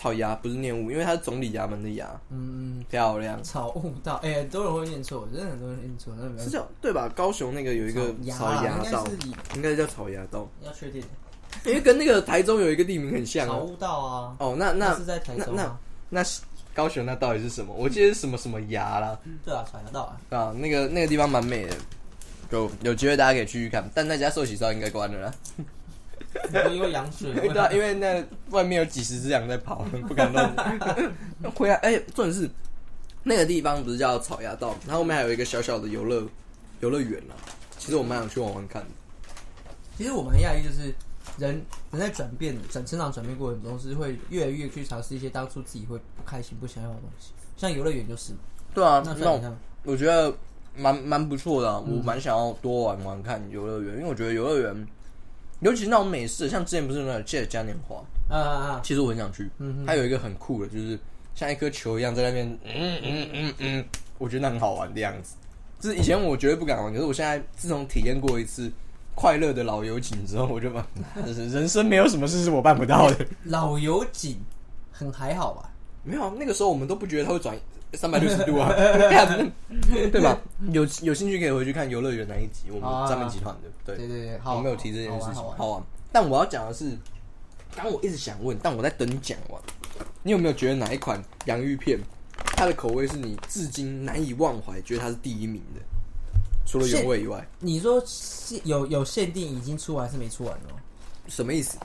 草衙不是念物，因为它是总理衙门的衙，
嗯，
漂亮，
草悟道，哎、很多人会念错，真的很多人念错，那没
是叫对吧？高雄那个有一个嗯草
芽啦
衙
应
道
该，是以
应该叫草衙道，
要确定。
因为跟那个台中有一个地名很像
草
哦。
悟道啊，
哦，那那
是在台中
那
啊，
那是高雄那到底是什么？我记得是什么什么崖啦，
对啊，草悟道啊，
啊，那个那个地方蛮美的，有有机会大家可以去去看。但那家寿喜烧应该关了啦，，
因为羊水
<laughs> 对啊，因为那外面有几十只羊在跑， <laughs> 不敢弄。 <laughs> 回来，哎、重点是那个地方不是叫草衙道，它后面还有一个小小的游乐游乐园啦。啊其实我蛮想去玩玩看的。
其实我们很讶异，就是人人在转变、转成长、转变过程中，是会越来越去尝试一些当初自己会不开心、不想要的东西。像游乐园就是嘛，
对啊，
那
那
算
种
你看，
我觉得蛮蛮不错的啊、我蛮想要多玩玩看游乐园，因为我觉得游乐园，尤其是那种美式的，像之前不是有那个《借嘉年华》，
啊啊啊，
其实我很想去。
嗯
它有一个很酷的，就是像一颗球一样在那边，嗯嗯嗯嗯，我觉得那很好玩的样子。就是以前我绝对不敢玩，可是我现在自从体验过一次快乐的老游艇之后，我就 <laughs> 把人生没有什么事是我办不到的。
老油井很还好吧？
没有啊，那个时候我们都不觉得它会转三百六十 <laughs> 度啊，对啊对吧？有有兴趣可以回去看游乐园那一集，我
啊
们咱们集团的，对
对对对，好，
我没有提这件事情，
好玩好
好玩。但我要讲的是，刚我一直想问，但我在等你讲完。你有没有觉得哪一款洋芋片，它的口味是你至今难以忘怀，觉得它是第一名的？除了原味以外，
你说限有有限定已经出完还是没出完哦？
什么意思？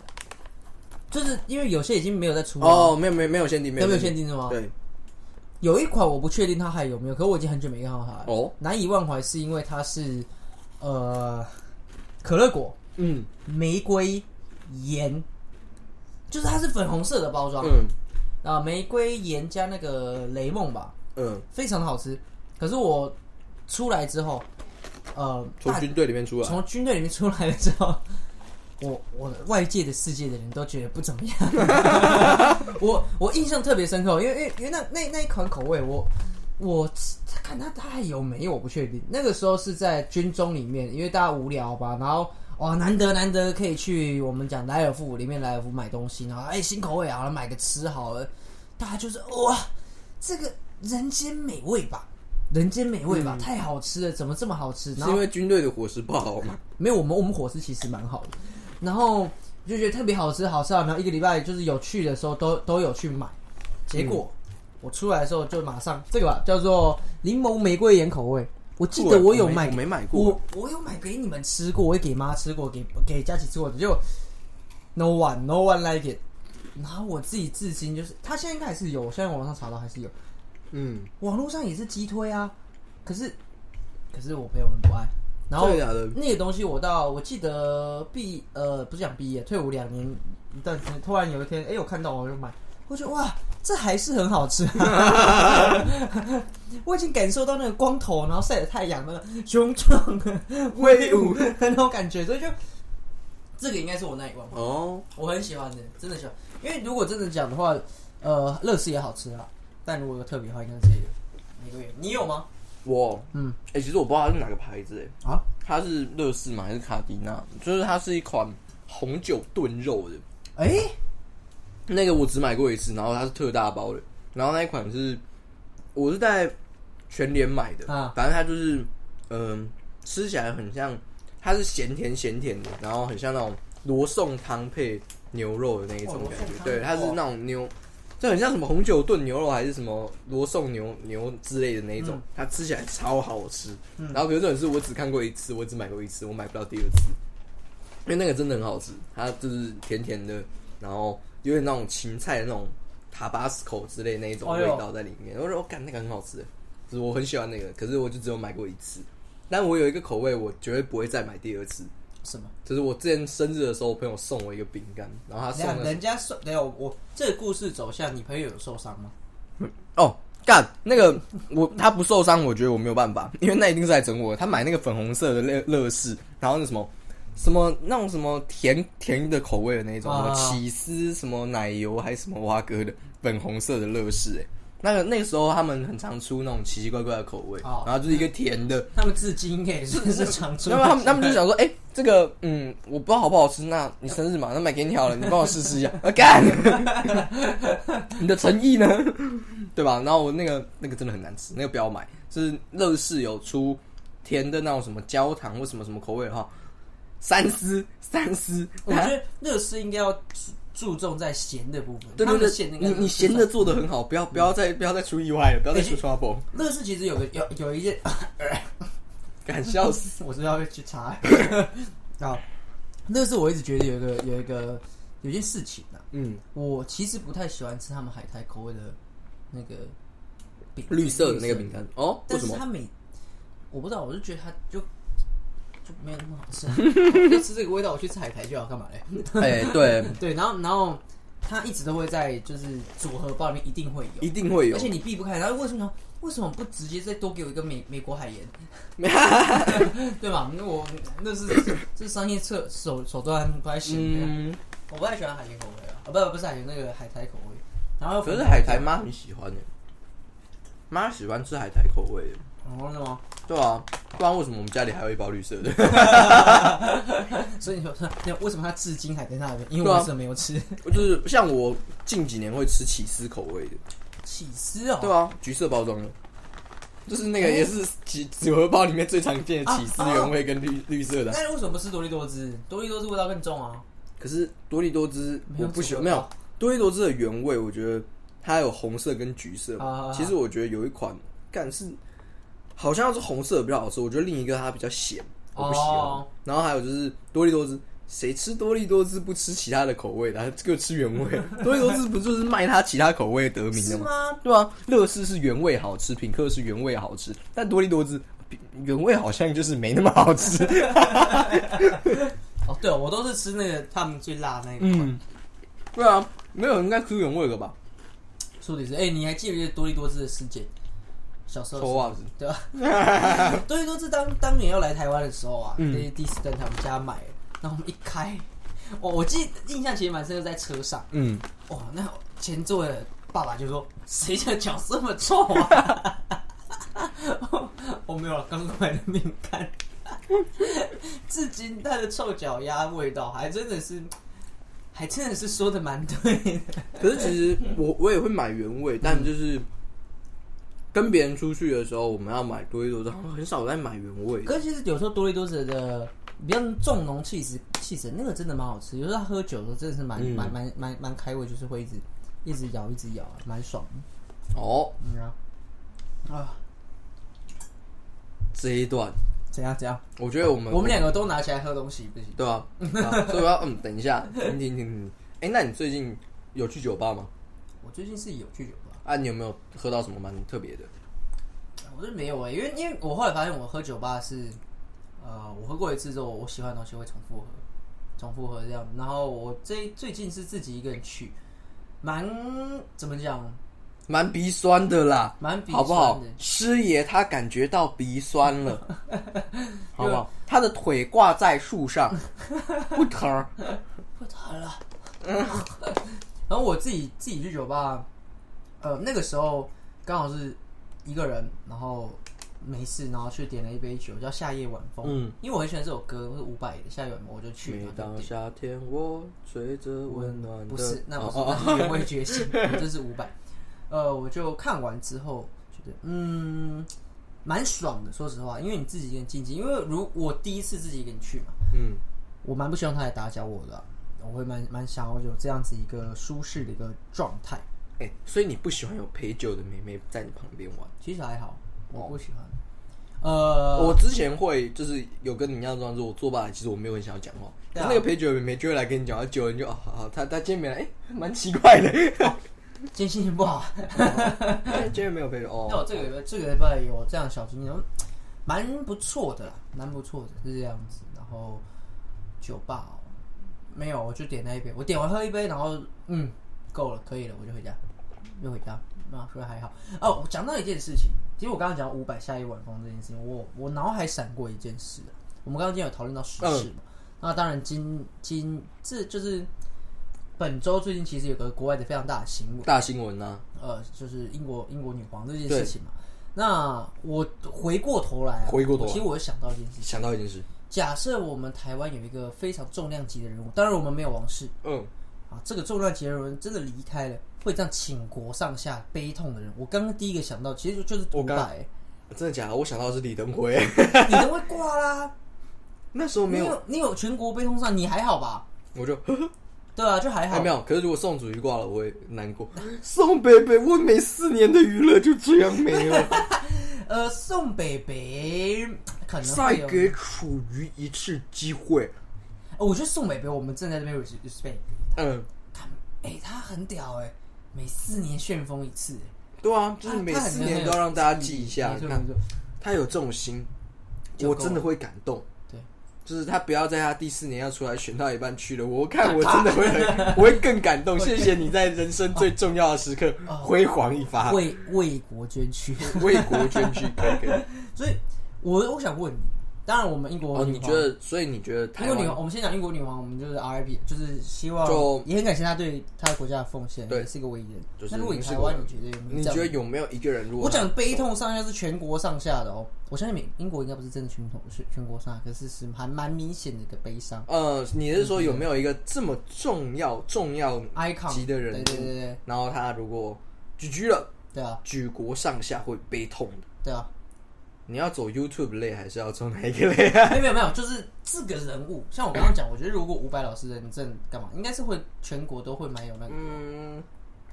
就是因为有些已经没有在出了
哦，，没有没有没有限定，没嗯
都
有
没有限定是吗？
对，
有一款我不确定它还有没有，可我已经很久没看到它了。
哦，
难以忘怀是因为它是呃可乐果、
嗯
玫瑰盐，就是它是粉红色的包装
嗯
啊、玫瑰盐加那个雷梦吧，
嗯，
非常好吃。可是我出来之后，呃，
从
大
军队里面出来，
从军队里面出来了之后，我我外界的世界的人都觉得不怎么
<laughs>
样。我我印象特别深刻，因为因为因为那那那一款口味我。我看他他还有没有我不确定。那个时候是在军中里面，因为大家无聊吧，然后哇难得难得可以去我们讲莱尔富里面莱尔富买东西，然后哎新口味好了买个吃好了，大家就是哇这个人间美味吧，人间美味吧、太好吃了，怎么这么好吃？然
嗯是
后
因为军队的伙食不好吗？
没有，我们我们伙食其实蛮好的，然后就觉得特别好吃，好吃啊！然后一个礼拜就是有去的时候都都有去买，结果、
嗯
我出来的时候就马上这个吧，叫做柠檬玫瑰盐口味。我记得我有买，
我没买过
我，我有买给你们吃过，我也给妈吃过，给给佳琪吃过，结果 no one no one like it。然后我自己至今就是，他现在应该还是有，我现在网上查到还是有，
嗯，
网络上也是鸡推啊，可是可是我朋友们不爱。然后
真的假的
那个东西，我到我记得毕呃不是讲毕业，退伍两年一段时间，突然有一天，哎，我看到我就买，我觉得哇，这还是很好吃。我已经感受到那个光头，然后晒着太阳，那个雄壮威武的那种感觉，所以就这个应该是我那一万块，
哦，
我很喜欢的，真的喜欢。因为如果真的讲的话，呃，乐事也好吃啦，但如果有特别的话，应该是玫瑰园。你有吗？
我
嗯
哎、其实我不知道它是哪个牌子哎，
啊，
它是乐事吗还是卡迪娜？就是它是一款红酒炖肉的，
哎、
那个我只买过一次，然后它是特大包的，然后那一款是我是在全联买的，
啊
反正它就是嗯、吃起来很像，它是咸甜咸甜的，然后很像那种罗宋汤配牛肉的那一种
哦
感
罗宋
觉，
汤
对，它是
哦
那种牛。就很像什么红酒炖牛肉还是什么罗宋牛牛之类的那一种，
嗯
它吃起来超好吃。
嗯
然后可是这种是我只看过一次，我只买过一次，我买不到第二次。因为那个真的很好吃，它就是甜甜的，然后有点那种芹菜的那种塔巴斯 o 之类那一种
哎
味
呦
道在里面。我说我哦感那个很好吃，就是我很喜欢那个，可是我就只有买过一次。但我有一个口味，我绝对不会再买第二次。
什么？
就是我之前生日的时候，我朋友送我一个饼干，然后他
等一
啊送的
下人家受，等一下我我这个故事走向，你朋友有受伤吗？
哦，干那个我他不受伤，我觉得我没有办法，因为那一定是来整我。他买那个粉红色的乐乐事，然后那什么什么那种什么甜甜的口味的那种，什么
啊
起司什么奶油还是什么蛙哥的粉红色的乐事、哎，那个那个时候他们很常出那种奇奇怪怪的口味，
哦
然后就是一个甜的。
他们至今
<laughs>
也是是常出
那
的，
么他们他们就想说，哎、这个嗯，我不知道好不好吃，那你生日嘛，那买给你好了，你帮我试吃一下。 <laughs> 啊，干，你的诚意呢？ <laughs> 对吧？然后我那个那个真的很难吃，那个不要买。就是乐事有出甜的那种什么焦糖或什么什么口味的话，三思三思。
<laughs> 我觉得乐事应该要注注重在咸的部分，
对
他
对
们的
对
咸，的应该
你
是嗯
你咸的做的很好，不要不要再不要再出意外了，不要再出
哎
trouble，
乐事其实有个有有一件， <laughs>
敢笑死。
我知道去查。 <laughs> 好，乐事我一直觉得有一个有一个有一件事情啊，
嗯，
我其实不太喜欢吃他们海苔口味的那个饼，
绿色的那个饼干哦，为
但
什
是
么？
它每我不知道，我就觉得它就就没有那么好
<laughs>
吃、啊，我就吃这个味道，我去吃海苔就好，干嘛嘞？ <laughs>
哎、对，
对，然后然后它一直都会在就是组合包里面一定会有，
一定会有
而。且你避不开。然后为什么为什么不直接再多给我一个美美国
<laughs>
海盐？ <laughs> 对吧？那我那是这是商业策手手段不太行的、
嗯，
我不太喜欢海盐口味啊，啊不不是海盐那个海苔口味。然后
可是海苔妈很喜欢的，欸妈喜欢吃海苔口味的，
哦，是吗？
对啊，不然为什么我们家里还有一包绿色的？
所以你说，那为什么它至今还在那边？因为
对啊
我一直没有吃
<laughs> 就是像我近几年会吃起司口味的，
起司哦。
对啊，橘色包装的，就是那个也是几组合包里面最常见的起司原味跟 <laughs> 绿绿色的啊。
那为什么不吃多利多汁？多利多汁味道更重啊！
可是多利多汁
没
我
有
不喜欢，
组
没
合包
有多利多汁的原味，我觉得它有红色跟橘色嘛
啊啊啊
其实我觉得有一款干是好像要是红色的比较好吃，我觉得另一个它比较咸，我不喜欢。
哦
然后还有就是多利多汁。谁吃多利多汁不吃其他的口味的、啊？这个吃原味。多利多汁不就是卖它其他口味得名
是
的吗？
吗？
对啊，乐事是原味好吃，品客是原味好吃，但多利多汁比原味好像就是没那么好吃。
哦，对，我都是吃那个他们最辣的那个。
嗯，对啊，没有人应该吃原味的吧？
说的是，哎、你还记不记得多利多汁的事件？小时候
臭
的时候
袜子，
对吧？ <laughs> 多利多汁当当年要来台湾的时候啊，
嗯
那第四顿他们家买，然后我们一开，我我记得印象其实蛮深，就在车上，
嗯，
哇，那前座的爸爸就说：“谁家的脚这么臭啊？” <laughs> 我没有了，刚刚买的饼 <laughs> 干，至今它的臭脚丫味道还真的是，还真的是说的蛮对的。
可是其实我我也会买原味，但就是跟别人出去的时候，我们要买多一多，然后很少在买原味。
<laughs> 可是其实有时候多利多子的比较重浓气质气质，那个真的蛮好吃。有时候他喝酒的时候真的是蛮
嗯
蛮蛮蛮蛮开胃，就是会一直一直咬一直咬，啊蛮爽的。
哦，
嗯啊，啊，
这一段
怎样怎样？
我觉得我们
我们两个都
<laughs>
拿起来喝东西不行。
对啊，对啊所以我要嗯，等一下，停停停停。哎，那你最近有去酒吧吗？
我最近是有去酒吧，
啊，你有没有喝到什么蛮特别的？
我是没有哎、因为因为我后来发现我喝酒吧是，呃，我喝过一次之后，我喜欢的东西会重复喝，重复喝这样。然后我最最近是自己一个人去，蛮怎么讲，
蛮鼻酸的啦，
蛮鼻酸
好
的
不好？师爷他感觉到鼻酸了， <laughs> 好不好？他的腿挂在树 <laughs> 上，不疼儿。
不谈了。然后我自己自己去酒吧，呃，那个时候刚好是一个人，然后没事，然后去点了一杯酒，叫《夏夜晚风》。
嗯，
因为我很喜欢这首歌，是伍佰的《夏夜晚风》，我就去。
每
然后就
当
点
夏天，我吹着温暖的。
不是，那不是，
哦哦
那是原味觉醒，这是五百。呃，我就看完之后觉得，嗯，蛮爽的。说实话，因为你自己一个人静静，因为如我第一次自己一个人去嘛，
嗯，
我蛮不希望他来打搅我的啊、我会蛮蛮想要有这样子一个舒适的一个状态。
哎、所以你不喜欢有陪酒的妹妹在你旁边玩？
其实还好，我不喜欢。呃，
我之前会就是有跟你一样的状况，就是我坐吧台，其实我没有很想要讲话，
对
但
啊
那个陪酒的妹妹就会来跟你讲，然后酒人就哦，好好，他他今天没来，哎、蛮奇怪的，
<laughs> 今天心情不好，
今天没有陪酒哦。
但我这个这个礼拜有这样小经验，嗯蛮不错的啦，蛮不错的，是这样子。然后酒吧、哦、没有，我就点那一杯，我点完喝一杯，然后嗯，够了，可以了，我就回家，就回家。啊，所以还好。哦，我讲到一件事情，其实我刚刚讲五百下一晚风这件事情，我我脑海闪过一件事啊、我们刚刚今天有讨论到时事嘛，那当然今今这就是本周最近其实有个国外的非常大的新闻。
大新闻啊，
呃，就是英国英国女皇这件事情嘛。那我回过头来、啊，
回过头来
其实我有想到一件事情：
想到一件事，
假设我们台湾有一个非常重量级的人物，当然我们没有王室
嗯，
啊，这个重量级的人物真的离开了，会让倾国上下悲痛的人。我刚刚第一个想到，其实就就是
我
伍
刚
佰，
真的假的？我想到的是李登辉， <laughs>
你都会挂啦。
那时候
你
没有，
有你有全国悲痛上，你还好吧？
我
<laughs>
就呵呵
对啊，就还好
还没。有。可是如果宋祖瑜挂了，我会难过。 <laughs> 宋北北，我每四年的娱乐就这样没有。
<laughs> 呃，宋北北可能
再
会有
给楚瑜一次机会。
哦我觉得宋北北，我们正在这边 respect。
嗯，
哎、他很屌哎、每四年旋风一次、欸，
对啊，就是
他
每
他很
四年都要让大家记一下。
没
你
错
看
没错，
他有这种心，
就
我
够
真的
了
会感动。
对，
就是他不要在他第四年要出来选到一半去了，我看我真的会 <laughs> 很，我会更感动。谢谢你在人生最重要的时刻
哦
辉煌一发，
为为国捐躯。 <laughs>
为国捐躯。可以可以。
所以我我想问你，当然我们英
<laughs>
国
哦，
女
你
皇
觉得？所以你觉得
英
台
国女
湾
皇，我们先讲英国女皇，我们就是 RIP，就是希望
就
也很感谢她对她的国家的奉献，
对
也是一个伟人。
就是
那如果你
是
台
个
湾，
伟你
你觉得有没有这样
觉得？有没有一个人？如果
我讲
他
悲痛上下是全国上下的哦，我相信美英国应该不是真的全统是全国上下，可是是还蛮明显的一个悲伤
呃，你是说有没有一个这么重要重要
icon
级的人
对
物
对对对
然后他如果举居了，
对啊
举国上下会悲痛的。
对啊，
你要走 YouTube 类，还是要走哪一个类啊？
<laughs> 没有没有没有，就是这个人物，像我刚刚讲，我觉得如果伍佰老师认证干嘛，应该是会全国都会蛮有那个，
嗯，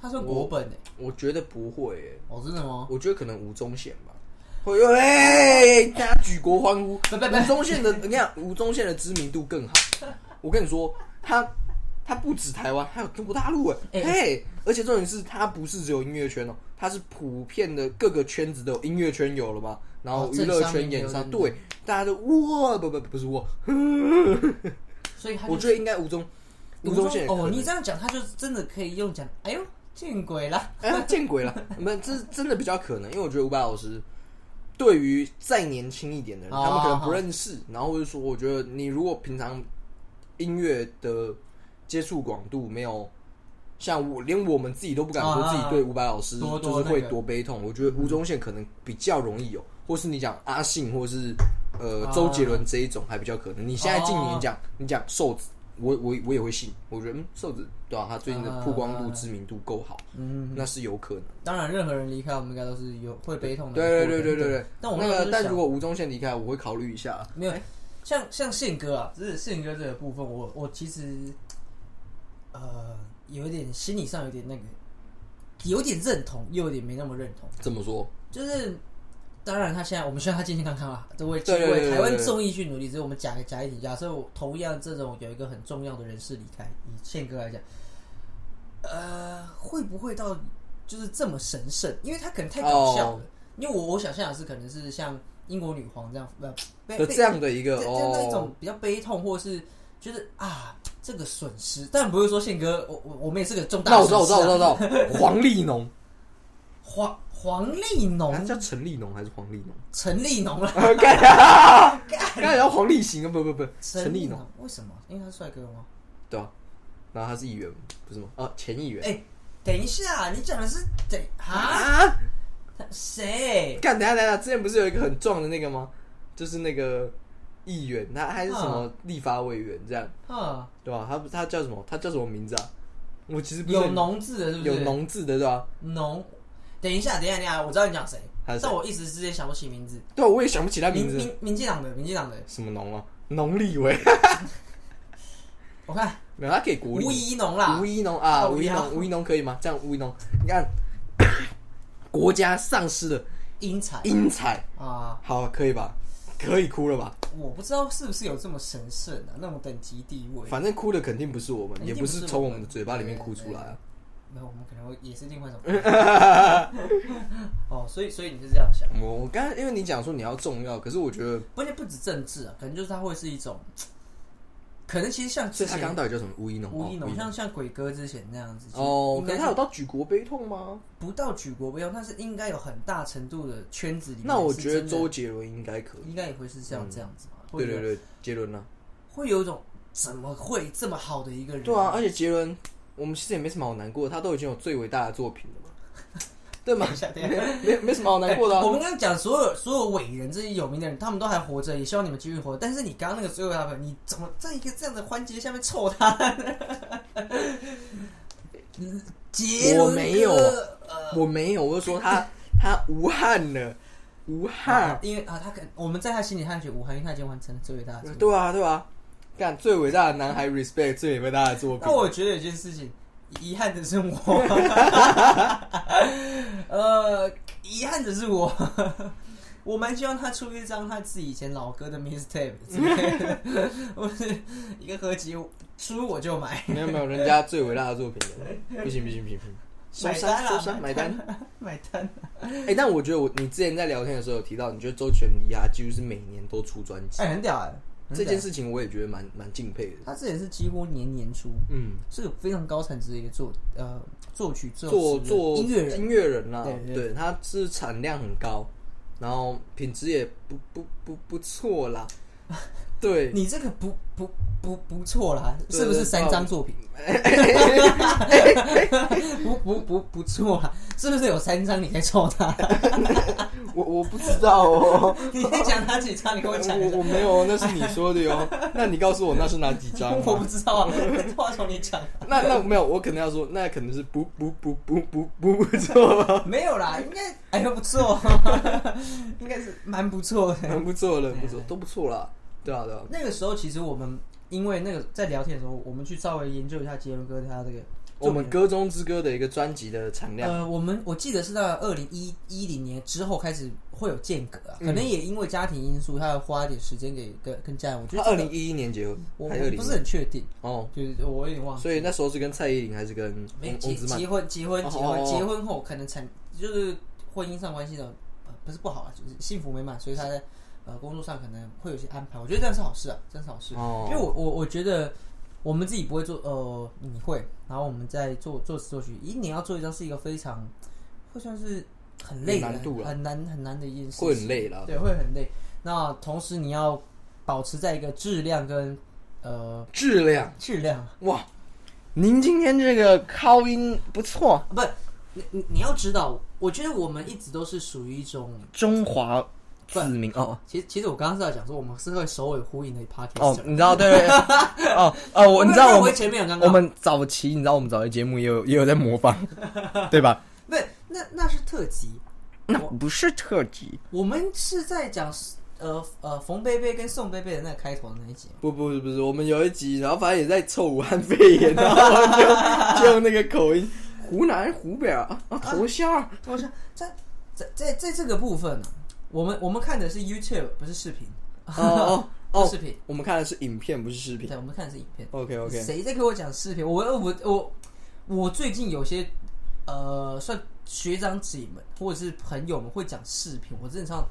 他算国本诶、
我觉得不会耶、
哦真的吗？
我觉得可能吴宗宪吧。会有哎，大家举国欢呼。
不不不
吴宗宪的，你看吴宗宪的知名度更好。我跟你说，他他不止台湾，还有中国大陆哎，
哎
嘿，而且重点是他不是只有音乐圈哦，他是普遍的各个圈子都有，音乐圈有了嘛，然后
哦
娱乐圈、
政商
演
名
商，
流
对，大家都哇，不不不是哇，
所以他就
我觉得应该吴宗吴宗宪也可
哦，
能
你这样讲，他就是真的可以用讲，哎呦见鬼啦！
哎，见鬼
<laughs>
了！没有，这真的比较可能，因为我觉得伍佰老师对于再年轻一点的人，
哦
他们可能不认识，然后或者说，我觉得你如果平常音乐的接触广度没有像我，连我们自己都不敢说
哦
自己对伍佰老师
多
就
多
是会
那个嗯
多悲痛。我觉得吴宗宪可能比较容易有，或是你讲阿信，或是呃
哦
周杰伦这一种还比较可能。你现在近年讲，你讲瘦子。我我我也会信，我觉得嗯瘦子对啊，他最近的曝光度、
哦
知名度够好，
嗯，
那是有可能。
当然，任何人离开我们，应该都是有会悲痛的。
对对对对对对。
但我
那
时候
个，
就
但
想
如果吴哎宗宪离开，我会考虑一下。
没有，像像宪哥啊，就是宪哥这个部分，我我其实呃有一点心理上有点那个，有点认同，又有点没那么认同。
怎么说？
就是当然，他现在我们希望他健健康康啦，都为
对对对对
为
对
台湾综艺去努力。只是我们假假一题，假设我同样这种有一个很重要的人士离开，以宪哥来讲，呃，呃，会不会到就是这么神圣？因为他可能太搞笑了。
哦
因为我我想象的是，可能是像英国女皇这样，呃被
的
被
这样的一
这
个
这那一
哦
种，比较悲痛，或是觉得啊这个损失。但不是说宪哥，我我我们也是个重大
那
损
我知
失、
道，
啊。
我知道，我知道，我知道，黄立
<laughs>
农，
黄黄立农
他、叫陈立农还是黄立
<laughs>
农？
陈立农啦，
啊干啊！刚才讲黄立行啊，不不不，陈立农，
为什么？因为他是帅哥吗？
对啊，然后他是议员，不是吗？啊，前议员。
哎、等一下，你讲的是等啊
啊！
他谁？
干，等一下等一下，之前不是有一个很壮的那个吗？就是那个议员，他还是什
嗯
么立法委员这样，
啊，
对吧？他不他叫什么？他叫什么名字啊？我其实不是
有
很
农字的，是不是？
有农字的，对吧？
农。等一下，等一下，等一下，我知道你讲谁
他是，谁
但我一时之间想不起名字。
对，啊我也想不起他
民
名字，
民民进党的，民进党的，
什么农啊？ <laughs> 农立委，
我看
没有，他可以国立
吴怡农啦哦
吴，一农啊，
靠
吴一
腰
农，吴一农可以吗？这样吴一农，你看， <coughs> 国家丧失了
英才
英才，
啊，
好，可以吧？可以哭了吧？
我不知道是不是有这么神圣啊，那种等级地位。
反正哭的肯定不是我们，
肯
也
定
不
不是
是从我们的嘴巴里面哭出来啊。 <laughs>
没有，我们可能会也是另外一
嗯
种。哦，所以所以你是这样想，
我我刚才因为你讲说你要重要，可是我觉得，
而且不止政治啊，可能就是它会是一种，可能其实像
所
之
以他刚刚
前
到底叫什么？吴一农，
吴怡
哦
农，像像鬼哥之前那样子
哦，可
能
能他有到举国悲痛吗？
不到举国不用，但是应该有很大程度的圈子里面是真的。
那我觉得周杰伦应该可以。
应该也会是像这样子吧？会
对
有
对，对，杰伦啊呢？
会有一种怎么会这么好的一个人？
对啊，而且杰伦，我们其实也没什么好难过的，他都已经有最伟大的作品了嘛，
<laughs>
<laughs> 对吗
等一？下等一下
没没什么好难过的啊
哎我。们刚刚讲所有所有伟人这些有名的人，他们都还活着，也希望你们继续活。但是你刚刚那个最后他们，你怎么在一个这样的环节下面臭他？杰伦
我没有
哥呃
我没有，我就说他他无憾了，无
啊
憾。
因为啊，他可我们在他心里，他觉得武汉，因为他已经完成了最伟大的作品。
对啊，对啊，干最伟大的男孩，respect 最伟大的作品
那。我觉得有件事情，遗憾的是我，呃，遗憾的是我，我蛮希望他出一张他自己以前老歌的 mixtape 之类的，或是一个合集，出我就买，
没有没有，人家最伟大的作品
<laughs>
了，不行不行不行不行，收
哎买单啊
山
啦
收山买单。
买单。
哎、但我觉得我你之前在聊天的时候有提到，你觉得周全离啊几乎是每年都出专辑，
哎、很屌哎、很屌
这件，事情我也觉得蛮蛮敬佩的。
他之前是几乎年年出，
嗯，
是个非常高产值的一个作呃作曲
做
作词人
做
音乐人，
音乐人啦、
对对
对，他是产量很高，然后品质也不不不不错
<laughs>
啦。对，
你这个不不不不错啦，
对
是不是
对
三张 <laughs> 作品？不不不不错啦，是不是有三张你在抽 <laughs> 他？
我我不知道哦，
你在讲哪几张？你跟我讲一
<laughs>
下
我我。没有，那是你说的
<laughs>
哟。那你告诉我那是哪几张啊、
我不知道啊，话从你讲。
<laughs> 那那没有，我可能要说，那可能是不不不不不不
<laughs>
不错，
没有啦，应该哎呦不错，啊 <laughs> 应该是蛮不错的。
不错了，不错，都不错啦。对啊，对啊，
那个时候其实我们因为那个在聊天的时候，我们去稍微研究一下杰伦哥他这个
我们歌中之歌的一个专辑的产量，
呃，我们我记得是在二零一一零年之后开始会有间隔
嗯
啊，可能也因为家庭因素，他要花一点时间给跟跟家人。我觉
他
得
二零一一年结婚，
我
还是二
我
零
不是很确定，
哦，
就是我有点忘了。
所以那时候是跟蔡依林还是跟
没
翁
结
翁子曼
结？婚结婚
哦
结
哦哦
婚结婚后可能产就是婚姻上关系的呃不是不好啊，就是幸福美满，所以他在呃工作上可能会有一些安排。我觉得这样是好事啊，这样是好事。
哦
因为我我我觉得我们自己不会做，呃，你会，然后我们在做做词作曲，一年要做一张是一个非常会算是很累的
有难度啦啊
很难很难的一件事情，
会很累啦
对，会很累。那同时你要保持在一个质量跟呃
质量
质量啊
哇！您今天这个高音不错，
不，你你你要知道，我觉得我们一直都是属于一种，
中华子民哦
其实其实我刚刚是要讲说，我们是会首尾呼应的 p a r k
哦，你知道对对 <laughs> 对哦哦，我你知道我
回
们
前面有刚刚
我们早期你知道我们早期节目也有也有在模 <laughs> 仿，对吧？
不是那那是特辑，
那不是特辑，
我们是在讲呃呃冯贝贝跟宋贝贝的那个开头的那一集。
不不是不是，我们有一集，然后反正也在凑武汉肺炎，然后就就用那个口 <laughs> 音，湖南湖北啊啊头像儿，
我想在在在在这个部分呢、我们我们看的是 YouTube，不是视频。
哦哦
不
哦，
是视频，
我们看的是影片，不是视频
对，。我们看的是影片。
OK OK，
谁在跟我讲视频？我我我我我最近有些呃，算学长姐们或者是朋友们会讲视频，我正常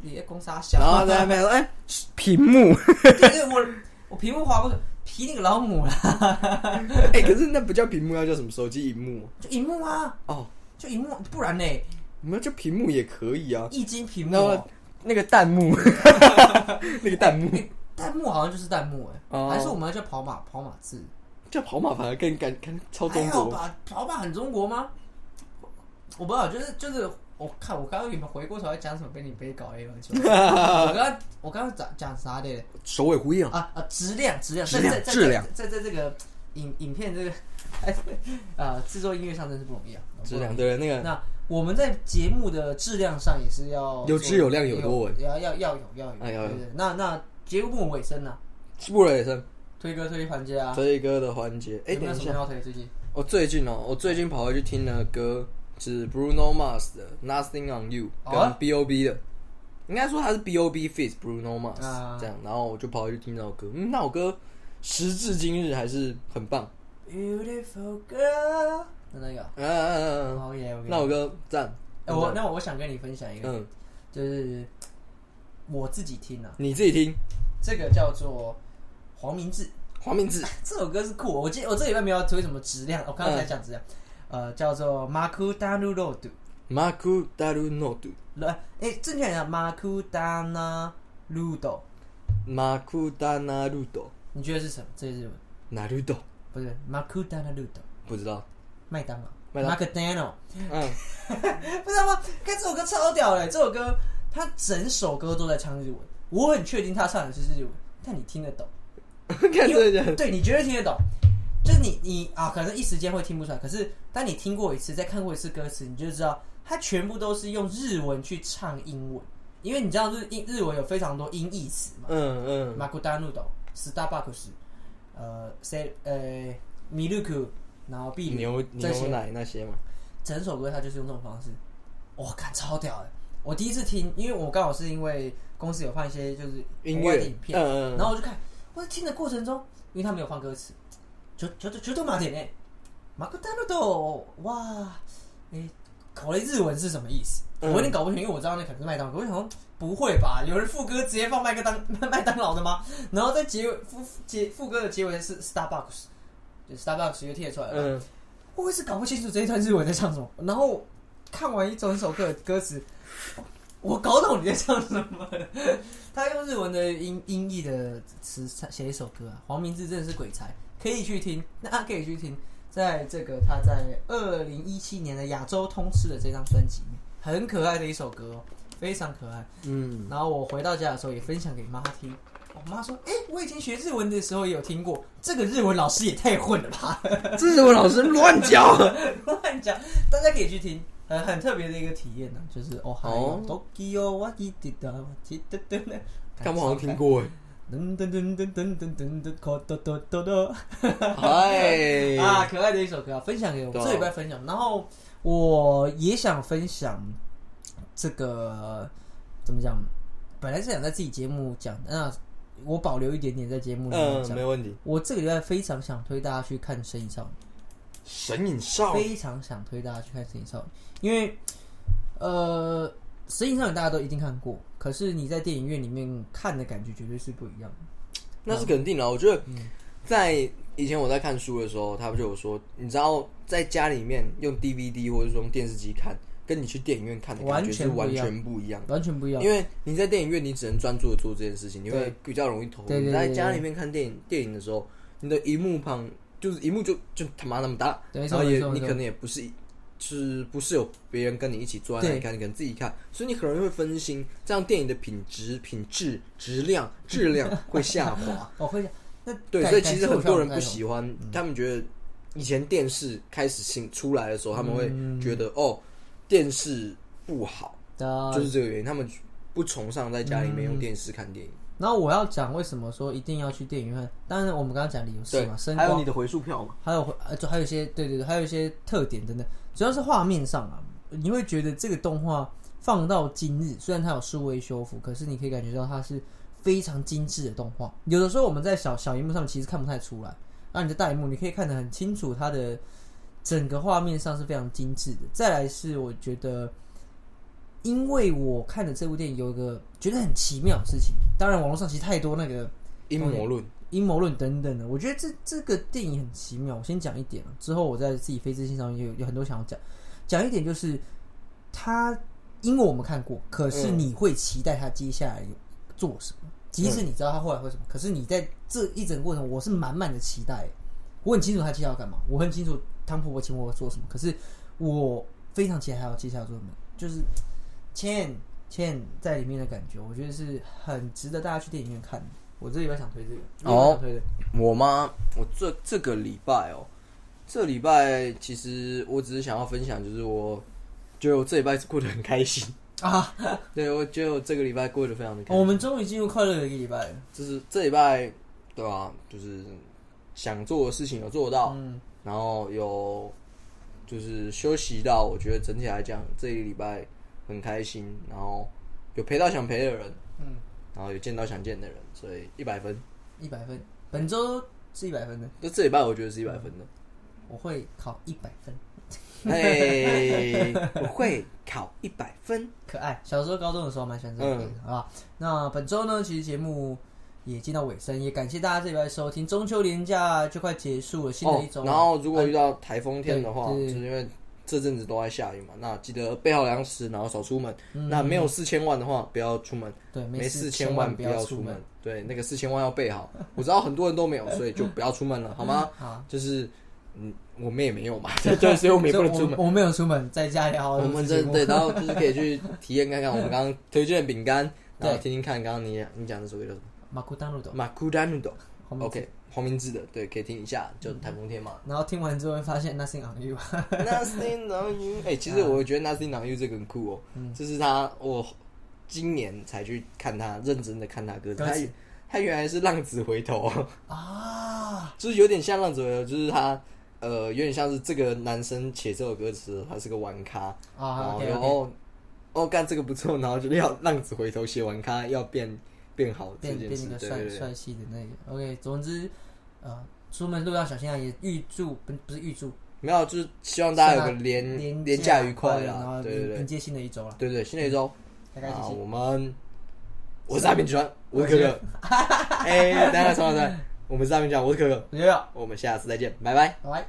你在攻杀小，
然后在那边说哎，屏幕，
<laughs> 对对我我屏幕划过去，皮你个老母啦，
<laughs> 哎，可是那不叫屏幕，要叫什么手机荧幕？
就荧幕啊，
哦，
就荧幕，不然呢，
我们要叫屏幕也可以啊。
易经屏幕
然
哦、
后那个弹幕， <laughs> 那个弹幕
弹幕好像就是弹幕哎、
哦
还是我们要叫跑马跑马字？
叫跑马反而更感感超中
还好
国。
吧？跑马很中国吗？我不知道，就是就是，我看我刚刚有没有回过头来讲什么被你背稿 A 完
<laughs>
球？我刚刚我刚刚讲讲啥的
首尾呼应啊，
啊啊？质量质量
质量
在在
质量
在在在这个影影片这个 <laughs> 哎啊制作音乐上真是不容易啊，
质量对那个
那我们在节目的质量上也是要
有质有量有多稳
要要要有要有，
哎要有
对对对那那节目尾声呢？
布雷也是
推歌推环节啊，
这一歌的环节。哎，
有没有
等一下
什么，要推最近？
我最近哦，我最近跑回去听了歌，是 Bruno Mars 的《Nothing on You》
哦
跟 B.O.B 的，应该说他是 B.O.B f i t Bruno Mars
啊
这样，然后我就跑回去听那首歌，嗯，那首歌时至今日还是很棒，
Beautiful girl 的那个。
嗯嗯嗯嗯，
哦耶！
那首歌赞，
哎我那我想跟你分享一个，
嗯，
就是我自己听啊，
你自己听，
这个叫做黄明志，
黄明志，
这首歌是酷。我记我这礼拜没有推什么质量，我刚
嗯
刚才讲质量，呃，叫做 Maku Danu Road，
马库达鲁诺杜，
来，哎，正确来讲 Maku Dana Rudo，
马库达纳鲁多，
你觉得是什么？这是日文
纳鲁多，
不是 Maku Dana Rudo，
不知道，
麦当劳。
麦当
Mac Dano，
嗯，
<laughs> 不知道吗？看这首歌超屌嘞！这首歌他整首歌都在唱日文，我很确定他唱的是日文，但你听得
<laughs>
懂。
看
因
这
为
个，
对你绝对听得懂。就是你你啊，可能一时间会听不出来，可是当你听过一次，再看过一次歌词，你就知道它全部都是用日文去唱英文，因为你知道日英日文有非常多音译词嘛，
嗯嗯，
马古达努斗、Starbucks，呃，C 呃米露库，然后碧
牛
这
牛
些
奶那些嘛，
整首歌他就是用这种方式，我看超屌的。我第一次听，因为我刚好是因为公司有放一些就是
音
国外
乐
的影，片，
嗯嗯
然
嗯，
后我就看，我在听的过程中，因为他没有放歌词，就就就就马点呢，马克丹路豆哇，诶，搞了日文是什么意思？
嗯
我有点搞不清，因为我知道那可能是麦当劳，我想说嗯不会吧，有人副歌直接放麦克当 <laughs> 麦当劳的吗？然后在结尾副结副歌的结尾是 Starbucks，就 Starbucks 又贴出来了，
嗯。
我一直搞不清楚这一段日文在唱什么，然后看完一整首歌的歌词，我搞懂你在唱什么 <laughs> 了。他用日文的音音译的词写一首歌啊，黄明志真的是鬼才，可以去听，那、啊、可以去听，在这个他在二零一七年的亚洲通吃的这张专辑里面，很可爱的一首歌哦，非常可爱。
嗯，
然后我回到家的时候也分享给妈听，我妈说：“哎、我以前学日文的时候也有听过，这个日文老师也太混了吧。”
这是我老师乱讲。
乱讲，大家可以去听，很很特别的一个体验呢、就是哦，还有 Tokyo w a k i d i d a w a k i d i d
干嘛好像听过
噔噔噔噔噔噔噔噔，可哆哆哆哆
哎？
啊，，可爱的一首歌啊，分享给我，
对啊
这礼拜分享。然后我也想分享这个怎么讲，本来是想在自己节目讲，那我保留一点点在节目里面
嗯，
讲
没。问题。
我这个礼拜非常想推大家去看《神隐少女》。
神隐少
非常想推大家去看《神隐少女》，因为呃，《神隐少女》大家都一定看过，可是你在电影院里面看的感觉绝对是不一样的。嗯
那是肯定的。我觉得在以前我在看书的时候，他们就有说，你知道在家里面用 DVD 或者是用电视机看，跟你去电影院看的感觉是完
完全
全不一样。
完全不一样
因。为你在电影院，你只能专注的做这件事情，你会
对
比较容易投入。
对对对
你在家里面看电影，电影的时候，你的荧幕旁就是荧幕就就他妈那么大，
对
然
没
后
错
也
没错
你
没错
可能也不是是不是有别人跟你一起坐在那里看，你可能自己看，所以你很容易会分心，这样电影的品质、品质、质量、质量会下
<laughs>
滑。
我哦会讲，那
对，
感
所以其实
感受
很多人
上嗯
不喜欢，他们觉得以前电视开始新出来的时候，他们会觉
嗯
得、哦，电视不好。
的。
就是这个原因，他们不崇尚在家里面用电视看电影。
然后我要讲为什么说一定要去电影院看，当然我们刚刚讲理由是嘛，声
还有
光
你的回数票嘛？
还有呃，就还有一些对对对，还有一些特点等等，主要是画面上啊，你会觉得这个动画放到今日，虽然它有数位修复，可是你可以感觉到它是非常精致的动画。有的时候我们在小小荧幕上其实看不太出来，那你在大荧幕你可以看得很清楚它的整个画面上是非常精致的。再来是我觉得，因为我看的这部电影有一个觉得很奇妙的事情，当然网络上其实太多那个
阴谋论，
阴谋论等等的，我觉得这这个电影很奇妙。我先讲一点，啊之后我在自己非自信上面有有很多想要讲。讲一点就是，它因为我们看过，可是你会期待它接下来有做什么，即使你知道它后来会什么，可是你在这一整个过程，我是满满的期待。我很清楚他接下来要干嘛，我很清楚汤婆婆请我做什么，可是我非常期待他要接下来做什么，就是倩倩在里面的感觉，我觉得是很值得大家去电影院看的。我这礼拜想推这个，
哦
想推的。
我吗？我这这个礼拜哦，这礼拜其实我只是想要分享，就是我觉得我这礼拜过得很开心
啊。
对，我觉得我这个礼拜过得非常的开
哦我
心，
们终于进入快乐的一个礼拜了。
就是这礼拜对吧、就是想做的事情有做到，
嗯，
然后有就是休息到，我觉得整体来讲这一礼拜很开心，然后有陪到想陪的人，
嗯，
然后有见到想见的人，所以一百分。
一百分，本周是一百分的，
那这礼拜我觉得是一百分
<laughs>
的。
我会考一百分。
嘿，我会考一百分。
可爱，小时候、高中的时候蛮喜欢
嗯
这种电影的，好吧？那本周呢，其实节目也进到尾声，也感谢大家这礼拜收听。中秋连假就快结束了，新的一周、
哦
啊
然后如果遇到台风天的话，
嗯对
就是因为这阵子都在下雨嘛，那记得备好粮食，然后少出门。
嗯
那没有四千万的话，不要出门。
对
没
事
千
千
万
不
要
出
门。。对，那个四千万要备好。我知道很多人都没有，所以就不要出门了，好吗？
好，
就是嗯，我们也没有嘛，
<laughs>
对 <laughs> 对，所以我们也不能 <laughs> 出门。
我，我没有出门，在家里好好
我
录
们
制节
真
目
对，然后就是可以去体验看看我们 <laughs> 刚刚推荐的饼干，然后
对
听听看刚刚你你讲的首歌叫什么？
马库当路的
马库丹努斗
后面。
，OK，黄明志的，对，可以听一下，就台风天 <laughs> 嘛。
然后听完之后会发现 nothing on you，
Nothing on you，哎，其实我觉得 Nothing on you 这个很酷哦，这是他我今年才去看他，认真的看他歌词，
歌
他
词
他原来是浪子回头。
啊，
就是有点像浪子回头，就是他呃，有点像是这个男生写这首歌词，他是个玩咖，然
啊
后
，OK，OK
然后哦干这个不错，然后就要浪子回头写玩咖，要变变好这
变
件
变
事
那，个
对
帅
对对，
帅气的那个。OK，总之，呃，出门路要小心啊！也预祝不不是预祝，
没有，就是希望大家有个
啊连
连假嗯愉快
然后
啦，对对
迎迎
对
接新嗯的一周了。
对对，新的一周
大概
啊，
就是
我们我是阿明川，我是可
<laughs>
可，哎，大家重来重来，我们是阿明川，我是可可，
六六，
我们下次再见，拜拜。
拜拜。